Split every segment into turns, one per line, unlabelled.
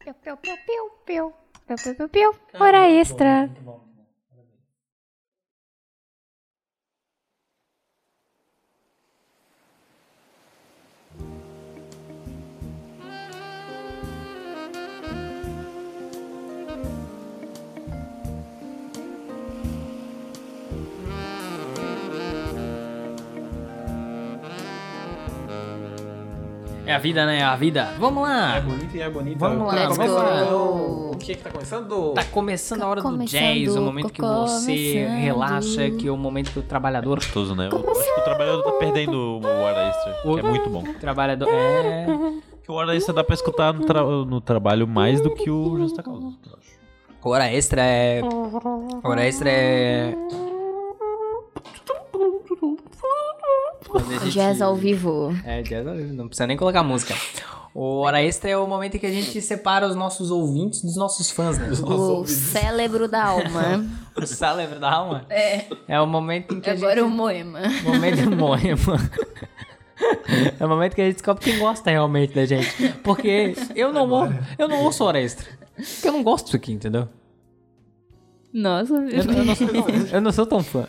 Piu, piu, piu, piu. Piu, piu, piu, piu. Hora extra.
Muito bom, muito bom.
É a vida, né? É a vida. Vamos
É
lá.
bonito e é bonito.
Vamos lá,
Começa
vamos lá.
o- O que é que tá começando?
Tá começando a hora do
Começando,
jazz, o momento que você
começando.
relaxa, que é o momento que o trabalhador
Gostoso, né? Eu acho que o trabalhador
assim?
tá perdendo o hora extra. que é muito bom.
Trabalhador. É.
Porque o hora extra dá pra escutar no, tra- no trabalho mais do que o Justa Causa, eu acho.
Hora extra é. Hora extra é. Quando a gente-
Jazz ao vivo.
É, jazz ao vivo, não precisa nem colocar música. O Hora Extra é o momento em que a gente separa os nossos ouvintes dos nossos fãs, né?
O cérebro da alma.
O cérebro da alma.
É.
É o momento em que a gente...
Agora o Moema.
O momento moema. É o momento que a gente descobre quem gosta realmente da gente. Porque eu não, ou- eu não ouço Hora Extra. Porque eu não gosto disso aqui, entendeu?
Nossa,
Eu, não- eu não, sou, eu não sou tão fã.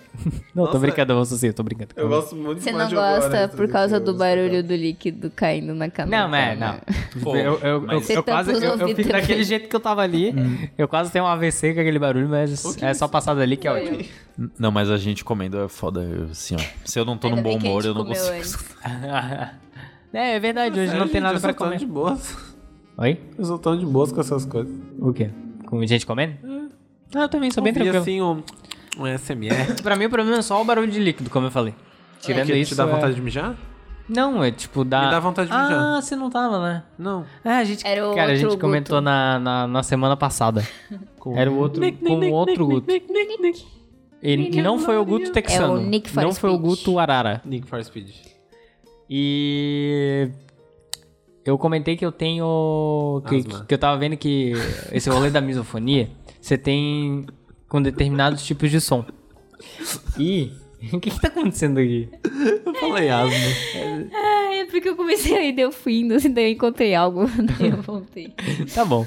Não, tô
Nossa.
brincando, eu ouço sim, eu tô brincando.
Eu gosto muito
você não
mais de né? ouvir Hora
gosta
Extra
por
que
causa
eu
do
escutar.
barulho do líquido caindo na caneta.
Não, mas não.
né?
Pô,
eu, eu, eu,
mas-
eu
Você
quase
tampa os
eu, eu
ouvidos
fico daquele
também.
jeito que eu tava ali.
Hum.
Eu quase tenho um AVC com aquele barulho, mas é só passar dali que é ótimo.
N- Não, mas a gente comendo é foda, eu- assim, ó. Se eu não tô num
Ainda
bom
bem que a
humor,
gente
eu não
comeu
consigo.
antes.
é, é verdade, hoje não
Gente,
tem nada
eu
pra
sou tão
comer.
de boas.
Oi?
Eu sou tão de boas com essas coisas.
O quê? Com gente comendo? Ah, eu também sou bem
Ouvi,
tranquilo.
assim um, um SMR.
Pra mim o problema é só o barulho de líquido, como eu falei. Tirando
que
isso.
te dá
é-
vontade de mijar?
Não, é tipo, dá.
Me dá vontade de
Ah,
mijar.
você não tava, né?
Não.
Ah, a gente.
Era o
cara, a
outro
gente
Guto.
comentou na, na, na semana passada. Era o outro. com o outro Guto. E não foi o Guto Texano.
É o Nick for
não foi o
Speed.
Guto Arara.
Need for Speed.
E eu comentei que eu tenho. Que,
Asma.
que eu tava vendo que esse rolê da misofonia você tem com determinados tipos de som. E. O que que tá acontecendo aqui?
Eu falei asma.
Ah, é porque eu comecei aí, daí eu fui indo, assim, daí eu encontrei algo, daí eu voltei.
Tá bom.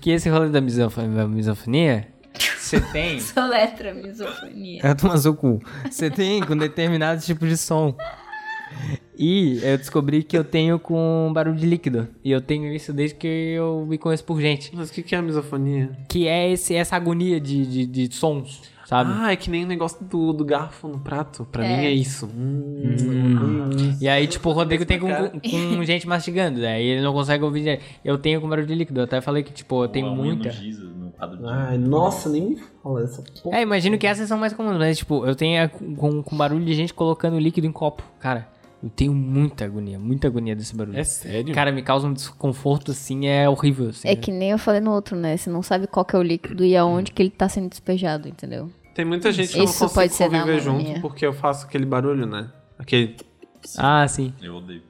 Que esse rolê da misof- da misofonia você tem.
Soletra, misofonia.
Ela É, toma seu cu. Você tem com determinados tipos de som. E eu descobri que eu tenho com barulho de líquido. E eu tenho isso desde que eu me conheço por gente.
Mas o que que é a misofonia?
Que é esse, essa agonia de, de, de sons, sabe?
Ah, é que nem o negócio do, do garfo no prato. Pra mim é isso. Hum.
E aí, tipo, o Rodrigo tem com, com- com gente mastigando, né? E ele não consegue ouvir direito. Eu tenho com barulho de líquido. Eu até falei que, tipo, eu tenho muita. Ah.
Ai, nossa, nem me fala essa porra.
É, imagino que essas são mais comuns, mas, tipo, eu tenho a- com, com barulho de gente colocando líquido em copo. Cara, eu tenho muita agonia, muita agonia desse barulho.
É sério?
Cara, me causa um desconforto, assim, é horrível, assim.
É que nem eu falei no outro, né? Você não sabe qual que é o líquido e aonde que ele tá sendo despejado, entendeu?
Tem muita gente que
Isso
não
pode
consegue
ser da
conviver junto
harmonia.
porque eu faço aquele barulho, né? Aquele.
Ah, sim.
Eu odeio.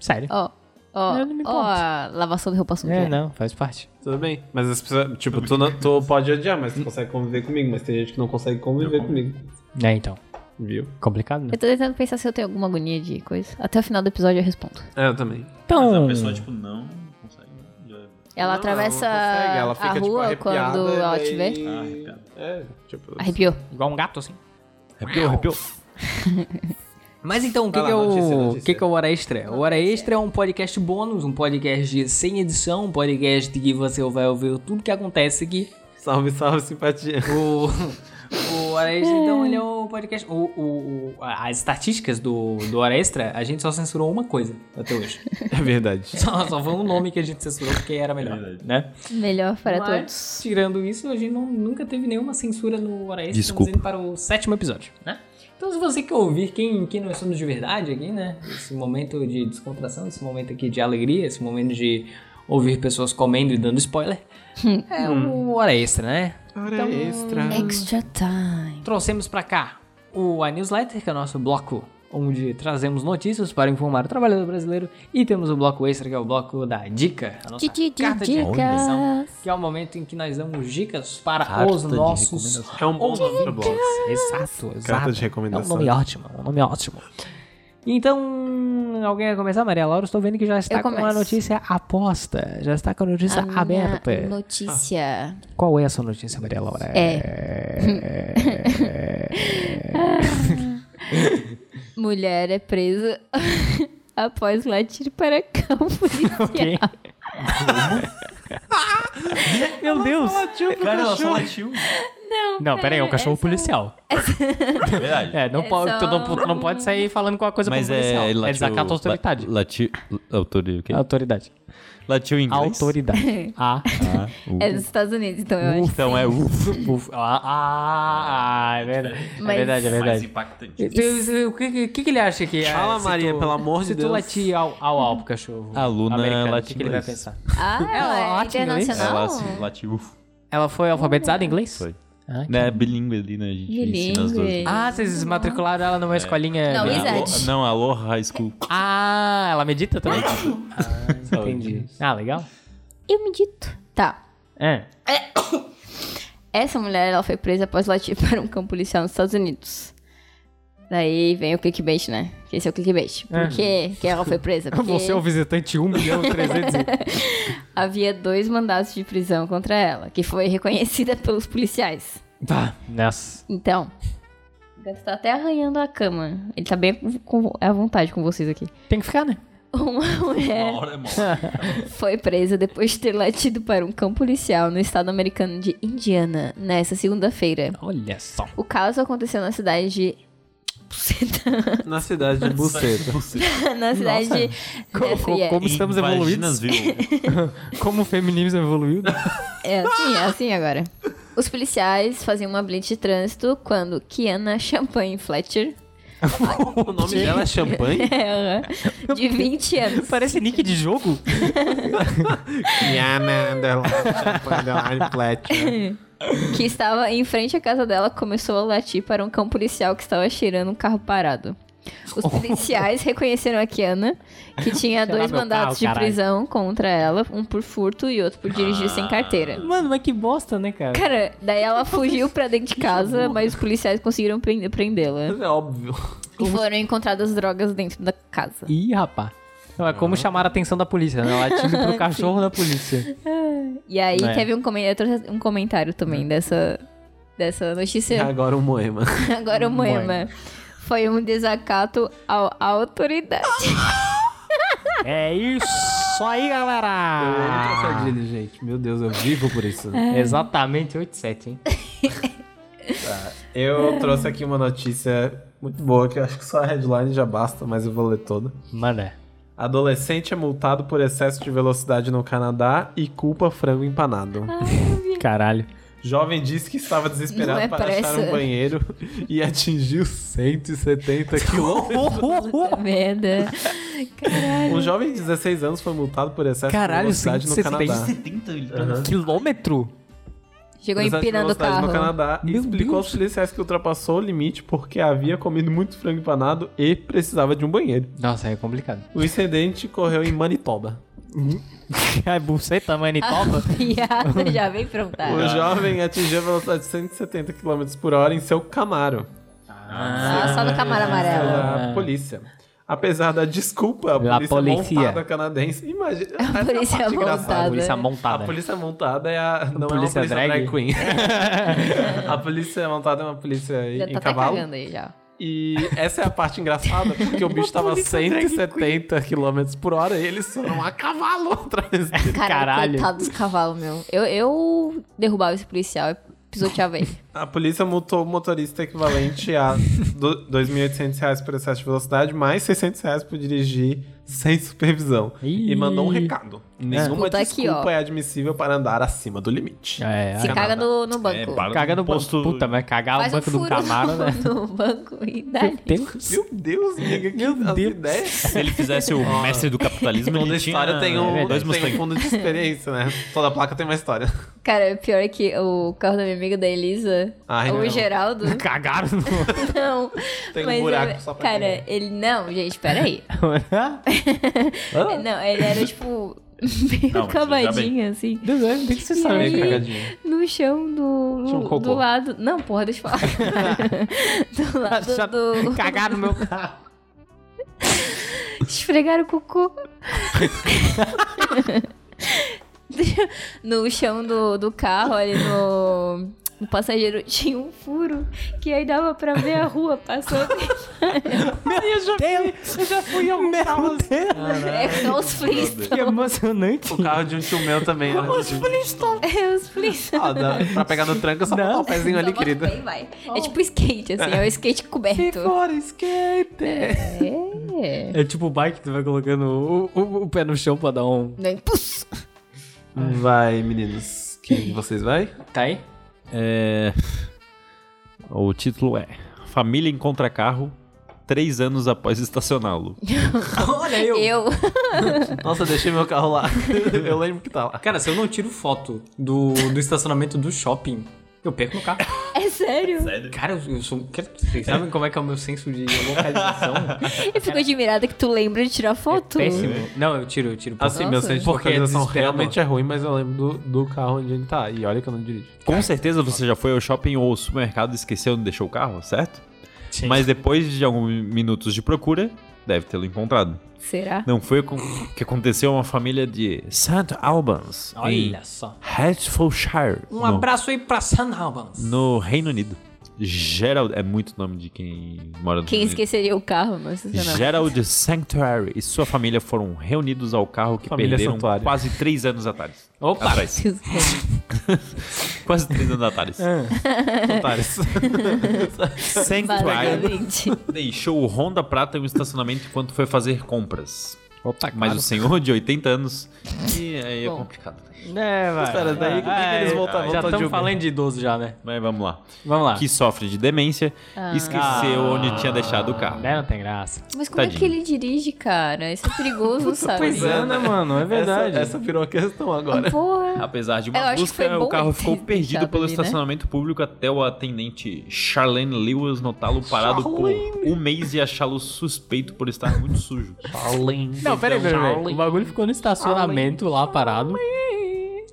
Sério.
Ó, ó,
Eu não me
ó,
importo.
a lavação de roupa suja.
É, não, faz parte.
Tudo bem. Mas as pessoas. Tipo, tu, não- tu pode odiar, mas tu consegue conviver comigo. Mas tem gente que não consegue conviver comigo.
É, então.
Viu?
Complicado, né?
Eu tô tentando pensar se eu tenho alguma agonia de coisa. Até o final do episódio eu respondo.
É, eu também.
Então.
tipo, não consegue.
Ela
Não,
atravessa
ela não consegue, ela fica,
a
tipo,
rua
arrepiada,
quando ela te
daí-
vê.
É, tipo.
Arrepiou.
Igual um gato, assim.
Arrepiou, arrepiou.
Mas então, o que,
Vai
que, é
lá, notícia,
o,
notícia.
que, que é o Hora Extra? O Hora Extra é um podcast bônus, um podcast sem edição, um podcast que você vai ouvir tudo que acontece aqui.
Salve, salve, simpatia.
O, o Hora Extra, então, ele é o podcast. O, o- o- as estatísticas do, do Hora Extra, a gente só censurou uma coisa até hoje.
É verdade.
Só, só foi um nome que a gente censurou porque era melhor, né?
Melhor para
Mas,
todos.
Tirando isso, a gente não- nunca teve nenhuma censura no Hora Extra.
Desculpa.
Estamos indo para o sétimo episódio, né? Então, se você quer ouvir quem, quem nós somos de verdade aqui, né? Esse momento de descontração, esse momento aqui de alegria, esse momento de ouvir pessoas comendo e dando spoiler, é o Hora Extra, né?
Hora
Então,
extra.
Extra time.
Trouxemos pra cá o A Newsletter, que é o nosso bloco onde trazemos notícias para informar o trabalhador brasileiro e temos o bloco extra, que é o bloco da dica, a nossa
Didi,
carta de
dicas.
recomendação, que é o momento em que nós damos dicas para
Carta
os
de
nossos
recomendação.
É um bom nome pro blog.
Exato, exato.
de recomendação.
É um nome ótimo, é um nome ótimo. Então, alguém vai começar? Maria Laura, estou vendo que já está
Eu
com uma
começo.
notícia aposta. Já está com a notícia
A minha
aberta.
notícia.
Qual é a sua notícia, Maria Laura?
É. Mulher é presa após latir para cão policial.
Quem? Meu Deus!
Cara, ela só latiu.
Não, pera aí, é um cachorro policial.
Verdade.
É, não
É
pode, tu, não,
só
tu não pode sair falando com a coisa
Mas
pro policial.
é. ele
é
latiu-
desacato à autoridade. É
la- Latiu. Autoria, o quê?
Autoridade.
Latiu em inglês.
Autoridade. Ah,
Ah, uh.
É dos Estados Unidos, então eu acho.
Então é o.
uf, ah, ah, ah, é verdade. É
Mas-
verdade, é
Mais
verdade.
impactante.
Tu- tu- O que, o que que ele acha que é?
Fala,
se
Maria,
tu-
pelo amor de
se
Deus.
tu latir ao, ao, ao pro cachorro
A Luna
americano, o
late
que, que ele vai
inglês.
pensar?
Ah,
Ela
ela é
late em inglês?
internacional?
Ela se latiu.
Ela foi alfabetizada em inglês?
Foi.
Ah, que-
É bilingue ali, né? A gente ensina as duas.
Bilingue.
Ah, vocês matricularam ela numa escolinha.
Não, é-
de-
Luiz
Alo-
Isaac.
Não, Aloha High School.
Ah, ela medita também? Ah, entendi. Ah, legal.
Eu me dito. Tá.
É.
Essa mulher, ela foi presa após latir para um cão policial nos Estados Unidos. Daí vem o clickbait, né? Esse é o clickbait. Por que que ela foi presa? Porque
visitante 1 milhão e 300
havia dois mandados de prisão contra ela, que foi reconhecida pelos policiais.
Tá, nessa.
Então, o gato tá até arranhando a cama. Ele tá bem com- com- à vontade com vocês aqui.
Tem que ficar, né?
Uma mulher
Uma hora é mó.
foi presa depois de ter latido para um cão policial no estado americano de Indiana nessa segunda-feira.
Olha só.
O caso aconteceu na cidade de.
Na cidade de Buceta.
na cidade de. Lafayette.
como estamos evoluídos?
Vaginas, viu?
Como o feminismo evoluiu? né?
É assim, é assim agora. Os policiais faziam uma blitz de trânsito quando Kiana Champagne Fletcher,
o nome dela é Champanhe?
ela, de 20 anos,
Parece nick de jogo.
Yana Underline Champanhe Underline né? Fletcher.
que estava em frente à casa dela, começou a latir para um cão policial que estava cheirando um carro parado. Os policiais reconheceram a Kiana, que tinha
Cheirar
dois
meu
mandatos
carro,
de
caralho.
prisão contra ela, um por furto e outro por dirigir sem carteira.
Mano, mas que bosta, né, cara?
Cara, daí ela fugiu pra dentro de casa, mas os policiais conseguiram prende- prendê-la.
É óbvio.
E foram encontradas drogas dentro da casa.
Ih, rapá. Não, é como chamar a atenção da polícia, né? Latindo pro cachorro da polícia.
E aí
É.
teve um comentário, eu trouxe um comentário também dessa, dessa notícia.
Agora o Moema.
Agora o Moema. Foi um desacato ao- à autoridade.
É isso aí,
Ah.
galera!
Trocadilho, gente. Meu Deus, eu vivo por isso.
Ah.
É.
Exatamente 87, hein?
Eu trouxe aqui uma notícia muito boa, que eu acho que só a headline já basta, mas eu vou ler toda.
Mano, é.
Adolescente é multado por excesso de velocidade no Canadá e culpa frango empanado.
Caralho.
Jovem disse que estava desesperado
Ah. Não é
para achar
pressa.
um banheiro e atingiu 170 quilômetros.
Tá Merda.
Um jovem de 16 anos foi multado por excesso
Caralho,
de velocidade no
170.
Canadá.
70 ele tá
Quilômetro?
Chegou
Excesso de
empinando o
velocidade
carro.
no Canadá e
Meu
explicou
Deus.
aos policiais que ultrapassou o limite porque havia comido muito frango empanado e precisava de um banheiro.
Nossa, é complicado.
O incidente correu em Manitoba.
É buceta, manitoba?
Piada, já vem prontar.
O jovem atingiu a velocidade de 170 km por hora em seu Camaro.
Só,
Ah,
só no camaro
é
amarelo.
da polícia. Apesar da desculpa, a
La
polícia,
polícia.
montada canadense. Imagina. essa
polícia
parte engraçada.
montada.
Polícia
A
montada.
polícia montada é a. Não
polícia
é uma polícia
drag?
drag, queen. a polícia montada é uma polícia
Já
em
tá até
cavalo.
cagando aí já.
E essa é a parte engraçada, porque o bicho tava 170 km por hora e eles foram a cavalo atrás dele.
Cara,
Caralho.
coitado dos cavalos, meu. Eu, eu derrubava esse policial e pisoteava ele.
A polícia multou o motorista equivalente a do- R$ 2.800 reais por excesso de velocidade, mais R$ 600 reais por dirigir sem supervisão.
Ih.
E mandou um recado.
É.
Nenhuma
Escuta aqui,
desculpa
ó.
é admissível para andar acima do limite.
É,
Se
é.
caga no, no banco.
É, para
Caga no
posto.
um posto. Puta, mas cagar
Faz
o
um
banco
furo
do Camaro, né? um
no, no banco e dá-lhe.
Deus.
Meu Deus, amiga, que as
Deus.
ideias.
Se ele fizesse o mestre do capitalismo,
Toda
ele
história
tinha É
tem um, tem
dois
um
Mustang.
fundo de experiência, né? Toda placa tem uma história.
Cara, o pior é que o carro da minha amiga da Elisa,
Ai,
o
não.
Geraldo,
Cagaram
não.
Tem um
mas
buraco
eu-
só pra é.
Cara,
cagar.
ele. Não, gente, peraí.
no...
É, Não, ele era tipo. meio
Não, mas
cavadinho, assim.
Deus, é, tem que ser
E
saber,
aí?
cara.
No chão do.
Tinha um cocô.
do lado. Não, porra, deixa eu falar. do lado do.
Cagar no meu carro.
Esfregaram o cucu. no chão do, do carro, ali no, no passageiro, tinha um furo que aí dava pra ver a rua passando.
Meu Deus!
Eu já fui ao
Meu Deus!
é só os
Que
Flintstones.
emocionante!
O carro de um tio meu também. era de-
É os Flintstones.
Ah, dá- pra pegar no tranco, é só botar o pezinho ali,
Só bota o
querido.
pé e vai. É tipo skate, assim, é um skate coberto.
Fora skate!
É.
É tipo o bike, tu vai colocando o, o- o pé no chão pra dar um.
Não, é pus.
Vai, meninos. Quem de vocês vai?
Tá aí?
É... O título é Família encontra carro três anos após estacioná-lo.
Olha eu.
Eu.
Nossa, eu deixei meu carro lá. Eu lembro que tá lá.
Cara, se eu não tiro foto do, do estacionamento do shopping, eu perco meu carro.
É sério?
Cara, eu, eu sou. cara, Vocês sabem como é que é o meu senso de localização?
Eu fico admirada que tu lembra de tirar foto.
É Péssimo. Não, eu tiro, eu tiro.
Assim, meu
Nossa.
senso de
Porque é
localização
desesperador.
realmente é ruim, mas eu lembro do, do carro onde ele tá. E olha que eu não dirijo.
Com certeza você já foi ao shopping ou ao supermercado e esqueceu onde deixou o carro, certo?
Sim.
Mas depois de alguns minutos de procura, deve tê-lo encontrado.
Será?
Não foi com- que aconteceu a uma família de St. Albans, em
Olha só.
Hertfordshire,
Um
no-
abraço aí pra San Albans.
no Reino Unido. Gerald é muito nome de quem mora no
Quem
Reino Unido.
esqueceria o carro, mas não sei
né?
se não.
Gerald Sanctuary e sua família foram reunidos ao carro que
Família
perderam
Santuário.
quase três anos atrás.
Opa!
atrás.
Deus do céu.
Quase três anos atrás.
É. Otários.
Sanctuary
Basicamente.
deixou o Honda Prata em um estacionamento enquanto foi fazer compras.
Opa,
Mas o senhor de 80 anos. E aí é
Bom.
complicado.
É, vai.
Espera, daí como é que eles voltam-
Já
voltam de
estamos
Uber?
falando de idoso já, né?
Mas vamos lá.
Vamos lá.
Que sofre de demência, esqueceu
Ah.
onde tinha deixado o carro.
Né, não tem graça.
Mas como é que
Tadinho.
ele dirige, cara? Isso é perigoso, sabe?
Pois é, né, mano? É verdade.
Essa, essa virou a questão agora.
Porra.
Apesar de
Eu
uma
acho que foi
busca,
bom
o carro
ele ter
ficou perdido
deixado
pelo
ali, né?
estacionamento público até o atendente Charlene Lewis notá-lo parado por um mês e achá-lo suspeito por estar muito sujo.
Não, peraí, peraí, peraí. O bagulho ficou no estacionamento lá parado.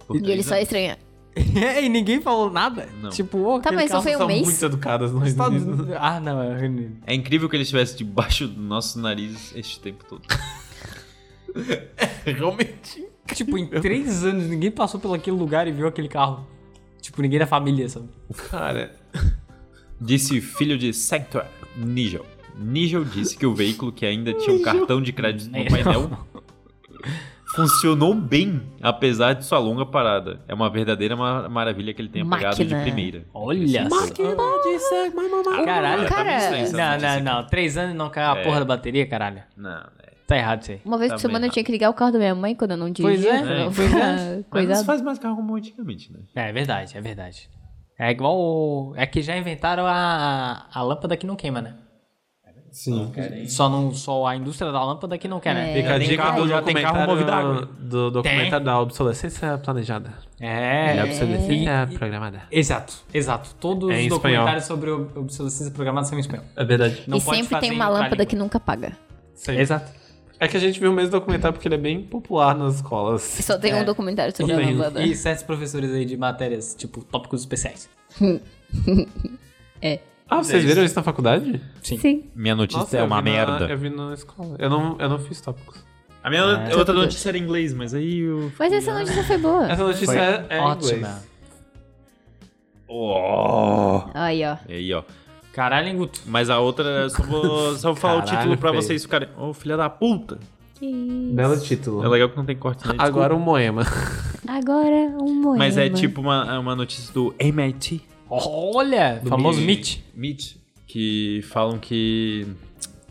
Por
E ele
três
só é estranha.
e ninguém falou nada.
Não.
Tipo, ô,
Tá,
aquele
mas só
carro
foi um
São
mês?
muito educadas no Reino
tá-
Unido.
Ah, não, é o Reino Unido.
É incrível que ele estivesse debaixo do nosso nariz este tempo todo.
Realmente.
Tipo, em três anos ninguém passou pelo aquele lugar e viu aquele carro. Tipo, ninguém da família, sabe?
Cara,
Disse filho de Sector Nigel. Nigel disse que o veículo que ainda tinha um cartão de crédito no painel funcionou bem, apesar de sua longa parada. É uma verdadeira ma- maravilha que ele tenha pegado de
Máquina.
primeira.
Olha só. é Caralho. tá
Cara,
Não, não, não. Três anos e não caiu a porra da bateria, caralho.
Não, é.
Tá errado isso aí.
uma vez por
Tá
semana
bem.
eu tinha que ligar o carro da minha mãe quando eu não dirigia.
Pois é,
pra não
pois
ficar
Mas não se
Coisado.
faz mais carro como antigamente, né?
É, é verdade, é verdade. É igual. o- É que já inventaram a, a lâmpada que não queima, né?
sim.
Só, não, só a indústria da lâmpada que não quer, né?
é Fica a
tem
dica
carro-
do
já tem carro
documentário-
movido a água.
Do documentário da obsolescência planejada.
É.
E a obsolescência programada.
Exato, exato. Todos
É em
os
espanhol.
documentários sobre ob- obsolescência programada são em espanhol.
É verdade.
Não
e
pode
sempre
fazer
tem
em
uma
outra
lâmpada
língua.
que nunca apaga.
Exato.
É que a gente viu o mesmo documentário porque ele é bem popular nas escolas.
Só tem um documentário sobre a lâmpada.
E, e certos professores aí de matérias, tipo, tópicos especiais.
É.
Ah, vocês viram isso na faculdade?
Sim.
Minha notícia é
eu
uma
vi na-
merda. É.
eu vi na escola. Eu não, eu não fiz tópicos.
A minha outra notícia era em inglês, mas aí eu.
Mas essa notícia foi boa.
Essa notícia
Foi
é, é em
Ótima.
inglês.
Oh.
Aí, ó.
E aí, ó.
Caralho, Guto.
Mas a outra, era- só vou, só vou falar o
Caralho,
título pra
feio.
vocês ficarem. Ô, filha da puta.
Belo título.
É legal que não tem corte nele.
Agora o Moema.
Agora um moema.
Mas é tipo uma, é uma notícia do MIT.
Olha,
do
famoso Meet.
MIT. Que falam que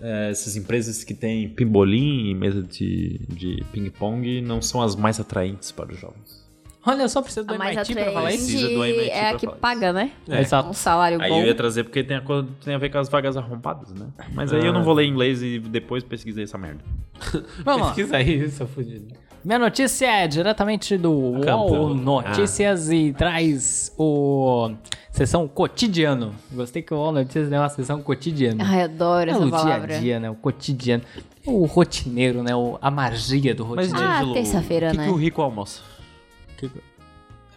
é, essas empresas que têm pimbolim e mesa de, de ping-pong não são as mais atraentes para os jovens.
Olha, eu só preciso do
A mais
MIT pra falar isso.
Precisa do
atraente
MIT
é a
pra
que
falar isso.
paga, né?
É.
É.
Um
Exato.
salário
Aí
bom.
eu ia trazer porque tem a, co- tem a ver com as vagas arrompadas, né? Mas aí eu não vou ler em inglês e depois pesquisei essa merda.
Vamos lá.
Pesquisa aí, seu fudido.
Minha notícia é diretamente do UOL
Campo. Ah.
Notícias e traz o... Sessão cotidiano. Gostei que o UOL Notícias deu uma sessão cotidiana.
Ai, adoro
É
essa
o
palavra.
dia a dia, né? O cotidiano. O rotineiro, né? O, a magia do
Mas,
rotineiro.
Ah,
Ângelo,
terça-feira,
o que
né?
que o rico almoça?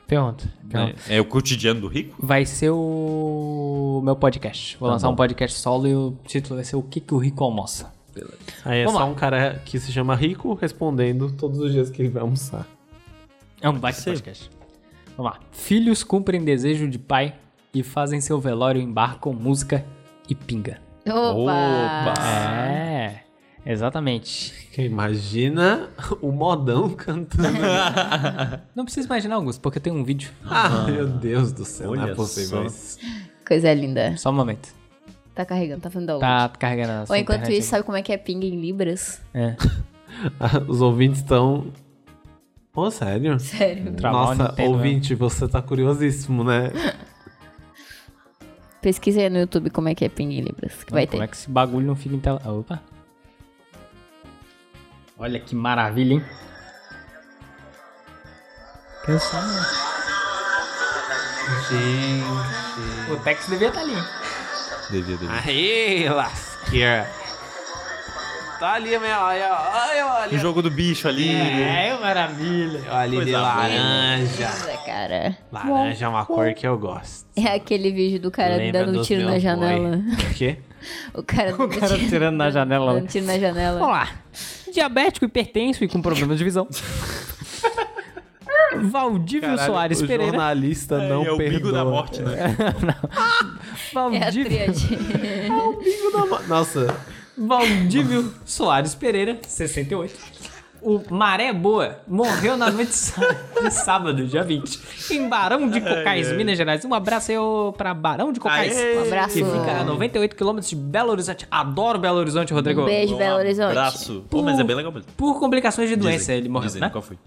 Pergunta. pergunta.
É, é o cotidiano do rico?
Vai ser
Tá
o meu podcast. Vou lançar um podcast solo e o título vai ser O que, que o Rico Almoça. Beleza.
Aí é
Vamos
só
lá.
um cara que se chama Rico respondendo todos os dias que ele vai almoçar.
É um baita podcast. Vamos lá. Filhos cumprem desejo de pai e fazem seu velório em bar com música e pinga.
Opa!
É, exatamente.
Que imagina o modão cantando.
Não precisa imaginar, Augusto, porque tem um vídeo.
ah, meu Deus do céu, não é
Olha
possível
só.
isso.
Coisa linda.
Só um momento.
Tá carregando, tá fazendo algo.
Tá carregando a
Ou
sua
enquanto
internet
isso, sabe como é que é ping em libras?
aqui. É.
Ah, Os ouvintes estão. Pô, sério?
Sério.
Trabalho
Nossa,
Nintendo, né?
né?
ouvinte, você tá curiosíssimo, né?
Pesquisa aí no YouTube como é que é ping em libras, que vai
Como é
ter.
que esse bagulho não fica em tela? Opa. Olha que maravilha, hein? Pensando.
Gente.
O Tex devia estar ali. hein?
Devia, devia.
Aí, lasqueira. Tá ali, meu. Olha, olha,
O
olha.
jogo do bicho ali. né?
É, maravilha.
Olha de
Coisa
laranja.
Nossa, cara.
Laranja é uma cor que eu gosto.
É aquele vídeo do cara
Lembra
dando um
dos
tiro na
meus boi.
janela.
O quê?
O cara,
O cara tirando na janela.
Dando tiro na janela.
Vamos lá. Diabético, hipertenso e com problema de visão. Valdívio Soares
o
Pereira.
jornalista não
é o
perdoa.
bingo da morte, né?
É a
Valdívio,
triade.
Bingo da morte. Nossa,
Valdívio Soares Pereira, 68. O Maré Boa morreu na noite de sá- de sábado, dia 20, em Barão de Cocais, Minas Gerais. Um abraço aí ô, pra Barão de Cocais.
Um abraço.
Que fica a 98 quilômetros de Belo Horizonte. Adoro Belo Horizonte, Rodrigo.
Um beijo, Belo Horizonte.
Abraço. Pô, mas é bem legal mesmo.
Por complicações de
Dizem,
doença, ele morreu,
dizem,
né?
Qual foi?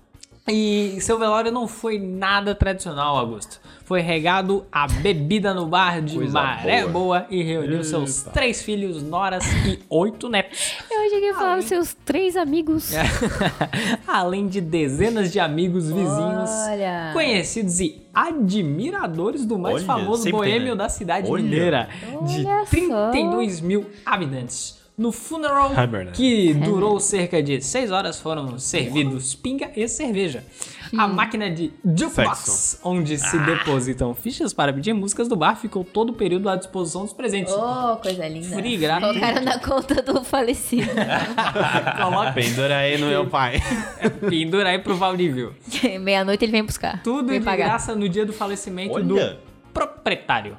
E seu velório não foi nada tradicional, Augusto. Foi regado a bebida no bar de
Coisa
Maré boa.
boa.
e reuniu seus três filhos, noras e oito netos.
Eu achei que ia
Ah,
falar seus três amigos.
É. Além de dezenas de amigos, vizinhos,
Olha.
conhecidos e admiradores do mais
Olha,
famoso
sempre tem,
boêmio
né?
da cidade
Olha.
mineira, de
Olha só.
32 mil habitantes. No funeral,
Ah, é
Ai, Bernardo.
que durou cerca de 6 horas, foram servidos pinga e cerveja. A
Hum.
máquina de jukebox, onde se
Ah.
depositam fichas para pedir músicas do bar, ficou todo o período à disposição dos presentes.
Oh, coisa linda.
Free, gratuito.
Colocaram na conta do falecido.
É
Coloca
pendura aí no é meu pai.
pendura aí pro Valdivio.
Meia-noite ele vem buscar.
Tudo
vem
de
pagar.
graça no dia do falecimento do
Olha.
proprietário.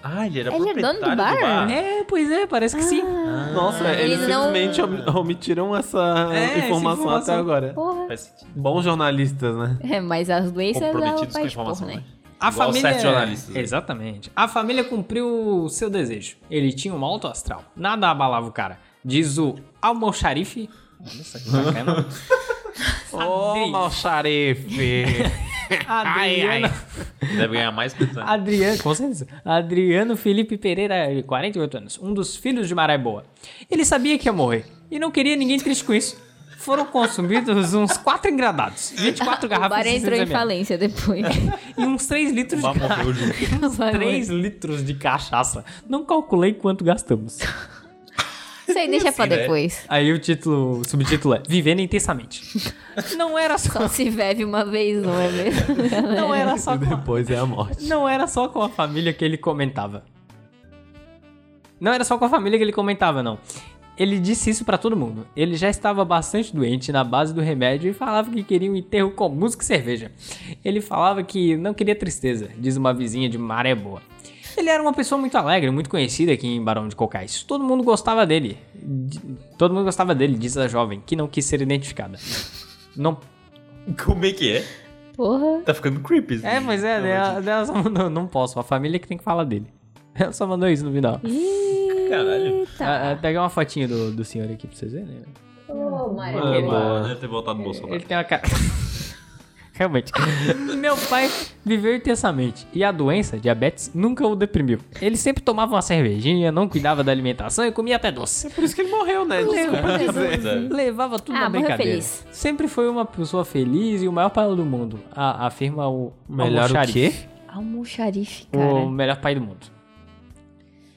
Ah, ele era
Ele é dono do
proprietário do
bar?
bar.
É, pois é, parece que sim.
Ah.
Nossa, eles
Ele não-
simplesmente om- omitiram essa,
É, essa
informação
informação.
até agora.
Porra.
Faz sentido.
Bons jornalistas, né?
É, mas as doenças ela
Comprometidos com a
faz porra,
informação,
né?
né?
A
Igual
família.
sete jornalistas.
Exatamente. A família cumpriu o seu desejo. Ele tinha um alto astral. Nada abalava o cara. Diz o Almoxarife. Nossa, que bacana.
Ô,
Adri-
mau xarife.
Adriano,
Deve ganhar mais que
Ah.
isso, né?
Adriano, com certeza. Adriano Felipe Pereira, de 48 anos, um dos filhos de Maré Boa. Ele sabia que ia morrer e não queria ninguém triste com isso. Foram consumidos uns 4 engradados, 24
O bar
garrafas de
entrou
600
em
ml,
falência depois.
e uns 3 litros de
O bar
garrafa.
morreu junto.
O bar
3 litros de cachaça. Não calculei quanto gastamos.
Isso aí deixa pra
né?
depois.
Aí o título, o subtítulo é Vivendo Intensamente. Não era só,
Só se bebe uma vez, não é mesmo?
não era só
e
com a,
depois é a morte.
não era só com a família que ele comentava. Não era só com a família que ele comentava, não. Ele disse isso pra todo mundo. Ele já estava bastante doente na base do remédio e falava que queria um enterro com música e cerveja. Ele falava que não queria tristeza, diz uma vizinha de Maré Boa. Ele era uma pessoa muito alegre, muito conhecida aqui em Barão de Cocais. Todo mundo gostava dele. De- Todo mundo gostava dele, diz a jovem, que não quis ser identificada. Não
Como é que é?
Porra.
Tá ficando creepy. isso.
É, pois é, dela, dela só mandou, não posso, a família que tem que falar dele. Ela só mandou isso no final.
Caralho.
Ah, ah, pegar uma fotinha do, do senhor aqui pra vocês verem. né?
Ô, Mário.
Ah, boa.
Deve ter voltado no
Ele
Bolsonaro.
tem uma cara. Realmente. Meu pai viveu intensamente e a doença, diabetes, nunca o deprimiu. Ele sempre tomava uma cervejinha, não cuidava da alimentação e comia até
É
doce.
Por isso que ele morreu, né? Desculpa dizer.
Levava tudo
Ah,
na
morreu
brincadeira.
feliz.
Sempre foi uma pessoa feliz e o maior pai do mundo, a- afirma o
Melhor o
Almoxarife.
quê?
Almoxarife,
O
cara.
melhor pai do mundo.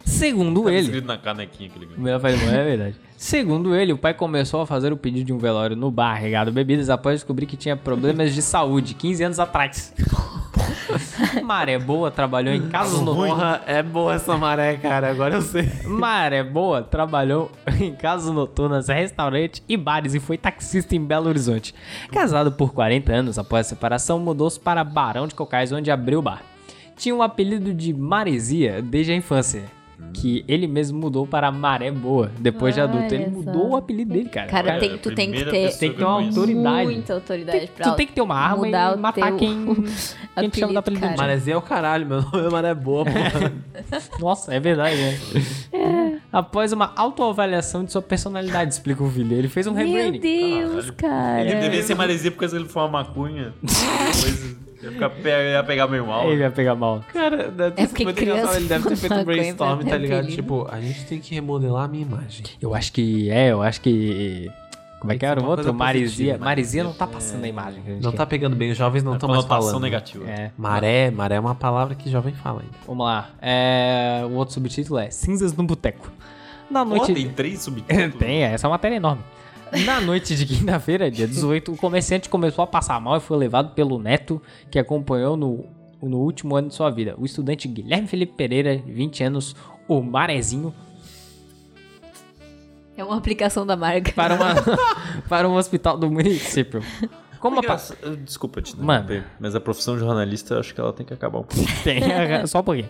Segundo
Tá
é ele,
escrito na canequinha que ele
o
ganhou.
melhor pai do mundo é verdade. Segundo ele, o pai começou a fazer o pedido de um velório no bar, regado bebidas, após descobrir que tinha problemas de saúde 15 anos atrás. Maré Boa trabalhou em casos noturnos.
Porra, é boa essa maré, cara. Agora eu sei.
Maré Boa trabalhou em casas noturnas, restaurantes e bares e foi taxista em Belo Horizonte. Casado por 40 anos após a separação, mudou-se para Barão de Cocais, onde abriu o bar. Tinha um apelido de Maresia desde a infância, que ele mesmo mudou para Maré Boa depois de adulto. Ele
Olha só.
mudou o apelido dele, cara.
Cara,
O
tem- tu tem que
É primeira
ter-
pessoa
Tem que ter
eu
uma
conheço.
autoridade.
Muita autoridade
tem-
pra
tu tem que ter uma arma e
mudar o
matar
teu
quem- quem te chama do apelido de
cara.
Marézinha é o caralho, meu nome é maré boa, porra.
Nossa, é verdade, né?
É.
Após uma autoavaliação de sua personalidade, explica o filho. Ele fez um
Meu
rebranding.
Deus, cara.
Ele deveria ser maresia porque se ele for uma maconha, depois ia, ficar, pe- ia pegar meio mal.
Ele vai pegar mal.
Cara, deve ter
É
é
porque
muito engraçado.
criança
Ele deve ter feito um
fala coisa,
brainstorm, tá
né,
ligado?
filho?
Tipo, a gente tem que remodelar a minha imagem.
Eu acho que. É, eu acho que. Como é que
Tem que ser
era o
uma
outro?
coisa
Maresia.
positiva, né?
Maresia não tá passando a imagem. que a gente
Não
quer.
tá pegando bem, os jovens não
É
estão mais
conotação
falando.
negativa.
É.
Maré, maré é uma palavra que jovem fala ainda.
Vamos lá. É, o outro subtítulo é Cinzas no Boteco. Na
Pô,
noite.
tem três subtítulos.
Tem, essa é uma matéria enorme. Na noite de quinta-feira, dia 18, o comerciante começou a passar mal e foi levado pelo neto que acompanhou no, no último ano de sua vida. O estudante Guilherme Felipe Pereira, 20 anos, o Marezinho,
É uma aplicação da marca.
para, uma, para um hospital do município. Como a, pa-
Engraça- eu- Desculpa te
Mano.
interromper, mas a profissão de jornalista eu acho que ela tem que acabar um pouco.
Tem, só um pouquinho.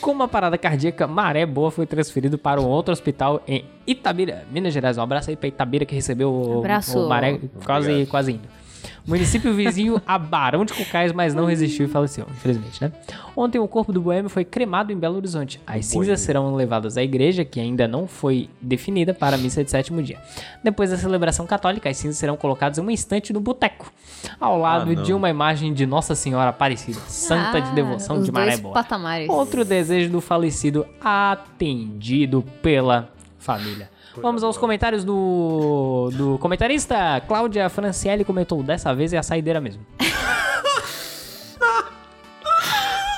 Com uma parada cardíaca, Maré Boa foi transferido para um outro hospital em Itabira, Minas Gerais. Um abraço aí pra Itabira que recebeu o,
Abraço.
o Maré quase,
Obrigado.
quase indo. Município vizinho a Barão de Cocais, mas não resistiu e faleceu, infelizmente, né? Ontem o corpo do boêmio foi cremado em Belo Horizonte. As cinzas serão levadas à igreja, que ainda não foi definida, para a missa de sétimo dia. Depois da celebração católica, as cinzas serão colocadas em um instante no boteco, ao lado de uma imagem de Nossa Senhora Aparecida, santa de
Ah,
devoção
os
de Maré é
dois
Boa.
patamares.
Outro desejo do falecido atendido pela família. Vamos aos comentários do, do comentarista. Cláudia Francielli comentou: dessa vez é a saideira mesmo.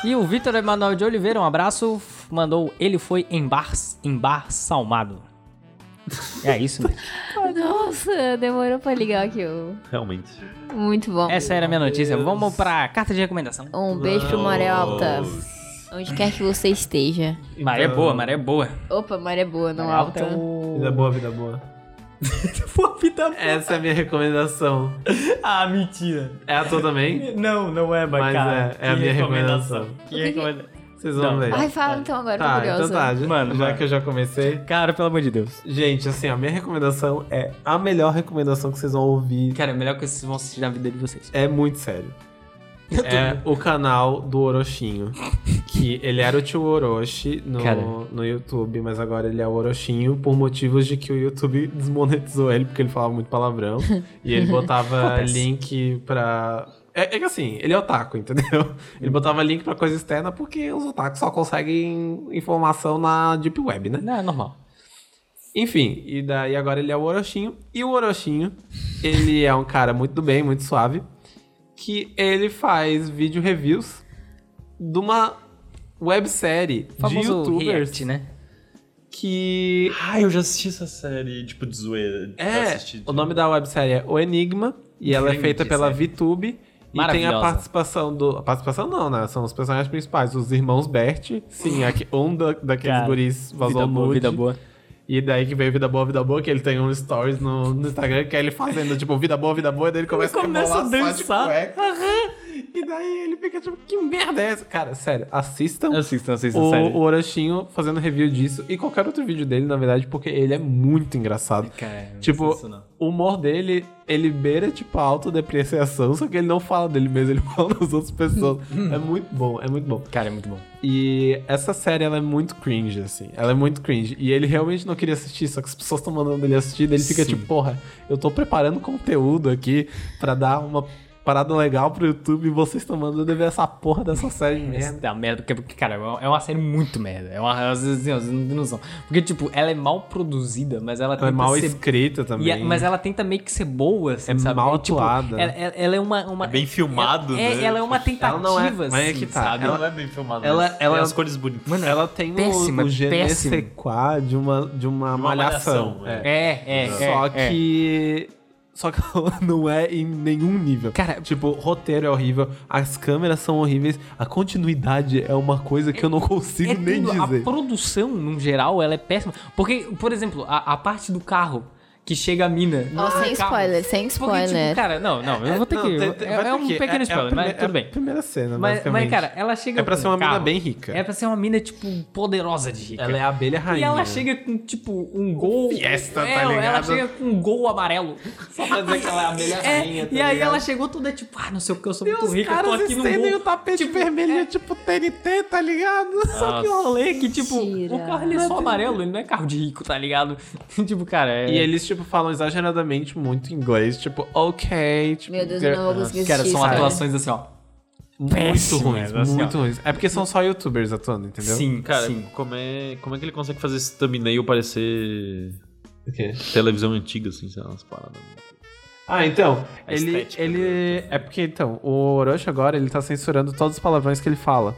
e o Vitor Emanuel de Oliveira, um abraço, mandou: ele foi embar, embarçalmado. É isso mesmo.
Nossa, demorou pra ligar aqui. ô.
Realmente.
Muito bom.
Essa era a minha notícia. Vamos pra carta de recomendação.
Um beijo pro Maré Alta. Onde quer que você esteja.
Maré é boa, maré boa.
Opa, maré boa, não
Maré alta
alta.
é o.
Vida boa, vida boa. Essa é a minha recomendação.
Ah, mentira.
É a tua também?
Não, não é,
Mas é, é a minha recomendação.
Que recomendação.
Vocês vão
Não.
ver.
Ai, fala então agora, tô
Tá, então
curiosa.
tá.
Mano,
Mano, já
vai.
que eu já comecei.
Cara, pelo amor de Deus.
Gente, assim, a minha recomendação é a melhor recomendação que vocês vão ouvir.
Cara, é melhor que vocês vão assistir na vida de vocês.
É muito sério. É o canal do Orochinho. Que ele era o tio Orochi
Cara.
no, no YouTube, mas agora ele é o Orochinho por motivos de que o YouTube desmonetizou ele, porque ele falava muito palavrão. e ele botava
Acontece.
link pra. É, é que assim, ele é otaku, entendeu? Ele botava link pra coisa externa porque os otakus só conseguem informação na Deep Web, né?
Não, é normal.
Enfim, e daí agora ele é o Orochinho. E o Orochinho, ele é um cara muito do bem, muito suave, que ele faz vídeo reviews de uma websérie de
Famoso
youtubers
react, né?
que
Ah, eu já assisti essa série, tipo, de zoeira. pra
é,
assistir de-
o nome da websérie é O Enigma e ela é
Grande
feita pela
série.
VTube e tem
Maravilhosa.
a participação do, a participação não, né? São os personagens principais, os irmãos Bert, sim, aqui, um da, daqueles
Cara,
guris vazou
Vida boa,
nude.
vida boa.
E daí que veio Vida Boa, Vida Boa, que ele tem um stories no, no Instagram, que é ele fazendo, tipo, Vida Boa, Vida Boa, e daí ele começa,
começa a
rebolar só de
dançar.
cueca. E daí ele fica tipo, que merda é essa? Cara, sério, assistam
Assistam, assistam,
o, o Orochinho fazendo review disso e qualquer outro vídeo dele, na verdade, porque ele é muito engraçado.
Cara,
Tipo, o humor dele, ele beira, tipo, a autodepreciação, só que ele não fala dele mesmo, ele fala das outras pessoas. é muito bom, é muito bom.
Cara, é muito bom.
E essa série, ela é muito cringe, assim. Ela é muito cringe. E ele realmente não queria assistir, só que as pessoas estão mandando ele assistir. Daí ele fica
Sim.
tipo, porra, eu tô preparando conteúdo aqui pra dar uma parada legal pro YouTube e vocês estão mandando eu ver essa porra dessa série de merda.
Essa da merda, porque, porque, cara, é uma- é uma série muito merda. É uma, às vezes, assim, ó, vocês não tem noção. Porque, tipo, ela é mal produzida, mas ela,
Ela é
tenta
mal
ser...
escrita
e
também.
é- mas ela tenta meio que ser boa, assim,
É
sabe?
mal
E, tipo,
atuada.
Ela, ela- ela é uma... uma
É bem filmado,
ela, é-
né?
ela é uma tentativa,
Ela não é- mas é
assim,
que tá,
sabe?
Ela é um- não é bem filmada.
Ela-
mas
ela-
tem as cores bonitas.
Mano, ela tem o-
péssima,
o
péssima.
sequá de uma, de uma, malhação.
malhação,
é.
É, é, é.
Só
é.
que Só que ela não é em nenhum nível.
Cara-
tipo, o roteiro é horrível, as câmeras são horríveis, a continuidade é uma coisa que eu não consigo
É
nem
tudo,
dizer.
A produção, no geral, ela é péssima. Porque, por exemplo, a, a parte do carro que chega a mina.
Ó,
no
sem
carro.
spoiler, sem
Porque,
spoiler.
tipo, cara, não, não, eu vou ter
Não,
que.
tem- tem- vai
é
ter
é um
que-
pequeno
é- é a
spoiler,
prime-
mas tudo
É
bem.
a primeira cena,
Mas, mas,
basicamente.
cara, ela chega.
É pra
com
ser
um
uma mina
carro.
bem rica.
É pra ser uma mina, tipo, poderosa de rica.
Ela é a abelha rainha.
E ela chega com, tipo, um gol.
Fiesta, tá
É, Ela
ligado?
chega com um gol amarelo.
Só pra dizer que ela é a abelha
É,
rainha, tá
e aí
ligado?
ela chegou toda tipo, ah, não sei o que, eu sou
E
muito
os
rica, eu tô
caras
aqui no
estendem
gol.
o tapete vermelho, é tipo TNT, tá ligado?
Só que o rolê que, tipo,
Mentira.
o carro ele é só amarelo, ele não é carro de rico, tá ligado? tipo, cara, é.
E eles, tipo, falam exageradamente muito inglês, tipo, ok, tipo...
Meu Deus, eu não vou conseguir
cara, são
assistir isso,
atuações assim, ó.
Muito ruins,
Péssimas, assim,
muito
ó.
ruins. É porque são só youtubers atuando, entendeu?
Sim,
Cara,
sim.
Como, é, como é que ele consegue fazer esse thumbnail parecer televisão antiga, assim, sei lá, umas paradas.
Ah, então,
A
ele,
estética
ele... É porque, então, o Orochi agora, ele tá censurando todos os palavrões que ele fala.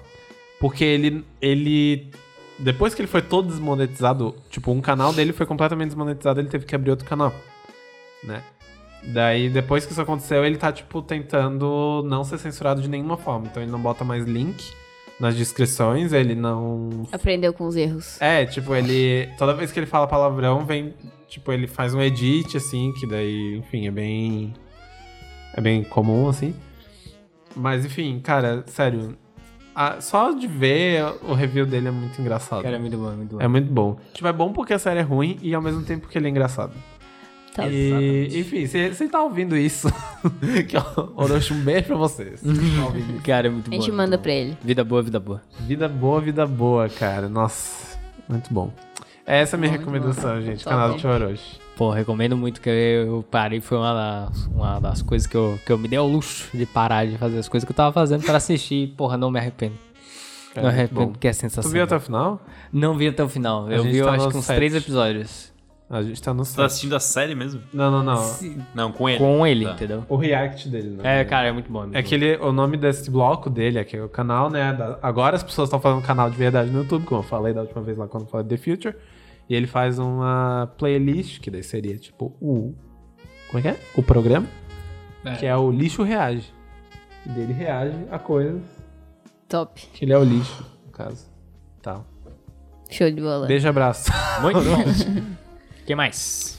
Porque ele, ele... Depois que ele foi todo desmonetizado, tipo, um canal dele foi completamente desmonetizado, ele teve que abrir outro canal, né? Daí, depois que isso aconteceu, ele tá, tipo, tentando não ser censurado de nenhuma forma. Então, ele não bota mais link nas descrições, ele não
Aprendeu com os erros.
É, tipo, ele. Toda vez que ele fala palavrão, vem. Tipo, ele faz um edit, assim, que daí, enfim, é bem. É bem comum, assim. Mas, enfim, cara, sério. a- só de ver o review dele é muito engraçado.
Cara, é muito bom, é muito bom.
É muito bom. Tipo, é bom porque a série é ruim e ao mesmo tempo que ele é engraçado.
Tá.
E, enfim, você tá ouvindo isso. que o Orochi, um beijo pra vocês.
Cara, é muito
A
bom.
gente
é muito
manda
bom.
pra ele.
Vida boa, vida boa.
Vida boa, vida boa, cara. Nossa, muito bom. Essa é a minha
Muito bom.
recomendação, gente.
Tá
canal
bom.
do Tio Orochi.
Pô, recomendo muito que eu parei. Foi uma das, uma das coisas que eu, que eu me dei ao luxo de parar de fazer as coisas que eu tava fazendo pra assistir. Porra, não me arrependo. não me arrependo,
bom.
porque é sensação.
Tu viu até o final?
Não vi até o final. eu
gente
vi, eu
tá
acho
no
que uns
sete.
três episódios.
A gente tá no
Você tá
site.
assistindo a série mesmo?
Não, não, não.
Não, com ele.
Com um ele,
Tá.
entendeu?
O react dele, né?
É, cara, é muito bom.
É que ele, o nome desse bloco dele, é que é o canal, né? da- agora as pessoas estão fazendo canal de verdade no YouTube, como eu falei da última vez lá quando eu falei The Future. E ele faz uma playlist, que daí seria tipo o. Como é que é? O programa.
É.
Que é o Lixo Reage. E dele reage a coisas
Top.
que ele é o lixo, no caso. Tá.
Show de bola.
Beijo e abraço.
Muito bom. O que mais?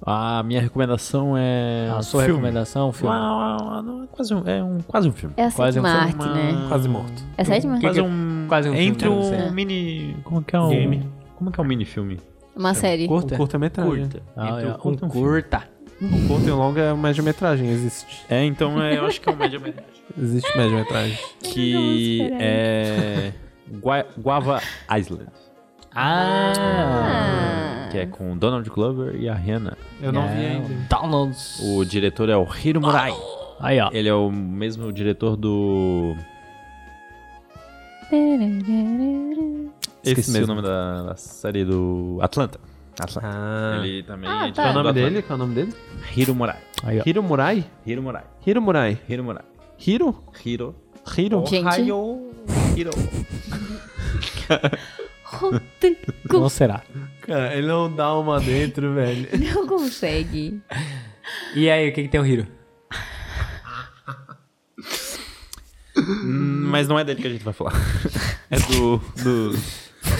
A minha recomendação é.
A sua recomendação, um filme? Ah,
quase um, é um, quase um filme.
É a
Quase
sétima
um
arte,
uma-
né?
Quase morto.
É a sétima?
Quase
que-
um.
quase um filme
Entre
pra
um
você.
mini. Como que é um.
Game.
Como que é um mini filme?
Uma série.
Curta? Um curta-metragem.
Ah,
Entre
é,
um curta e
um
um filme.
curta.
Um curta e um longa é uma média-metragem. Existe.
É, então é, eu acho que é um média-metragem.
Existe média-metragem.
que é. Gua Guava Island.
Ah!
Que é com Donald Glover e a Rihanna.
Eu não vi ainda.
Downloads.
O diretor é o Hiro Murai.
Aí, ó.
Ele é o mesmo diretor do. Esqueci
mesmo.
o nome da, da série do Atlanta. Atlanta.
Ah.
Ele também
Ah,
é diretor
tá.
Qual é o
do
nome
Atlanta.
dele? Qual é o nome dele?
Hiro Murai.
Aí, ó.
Hiro Murai?
Hiro Murai.
Hiro Murai.
Hiro Murai.
Hiro?
Hiro.
Hiro?
Gente.
Ohio. Hiro.
Rodrigo
Não será.
Cara, ele não dá uma dentro, velho.
não consegue.
E aí, o que, que tem o Hiro?
Hum, Mas não é dele que a gente vai falar. É do. do,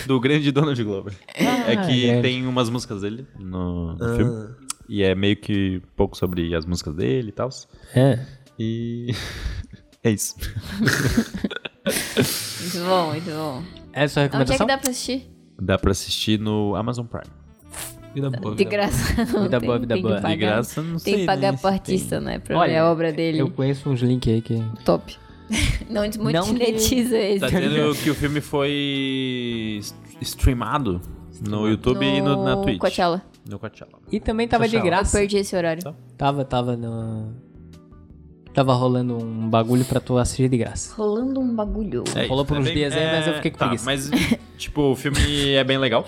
do grande Donald Glover. é Ah. que
grande.
tem umas músicas dele no, no filme. E é meio que pouco sobre as músicas dele e tal.
É.
E. é isso.
Muito bom, muito bom.
Essa é a sua
Onde é que
recomendação?
dá pra assistir?
Dá pra assistir no Amazon Prime.
Vida boa.
De graça. não
Vida
tem-
boa, vida
tem que
boa. De
pagar.
De graça, não sei.
Tem que pagar
né,
pro
se
artista, né? Pra
Olha,
ver a obra dele.
Eu conheço uns links aí que...
Top. Não desmonetiza
Tá
esse.
dizendo que o filme foi s- streamado no YouTube e no, na Twitch.
Coachella.
No Coachella.
E também tava de
Eu
graça.
perdi esse horário.
Tava, tava no... Tava rolando um bagulho pra tu assistir de graça.
Rolando um bagulho.
É
Rolou
isso,
por
é
uns
bem-
dias aí, mas eu fiquei com
tá,
preguiça.
Mas, tipo, o filme é bem legal.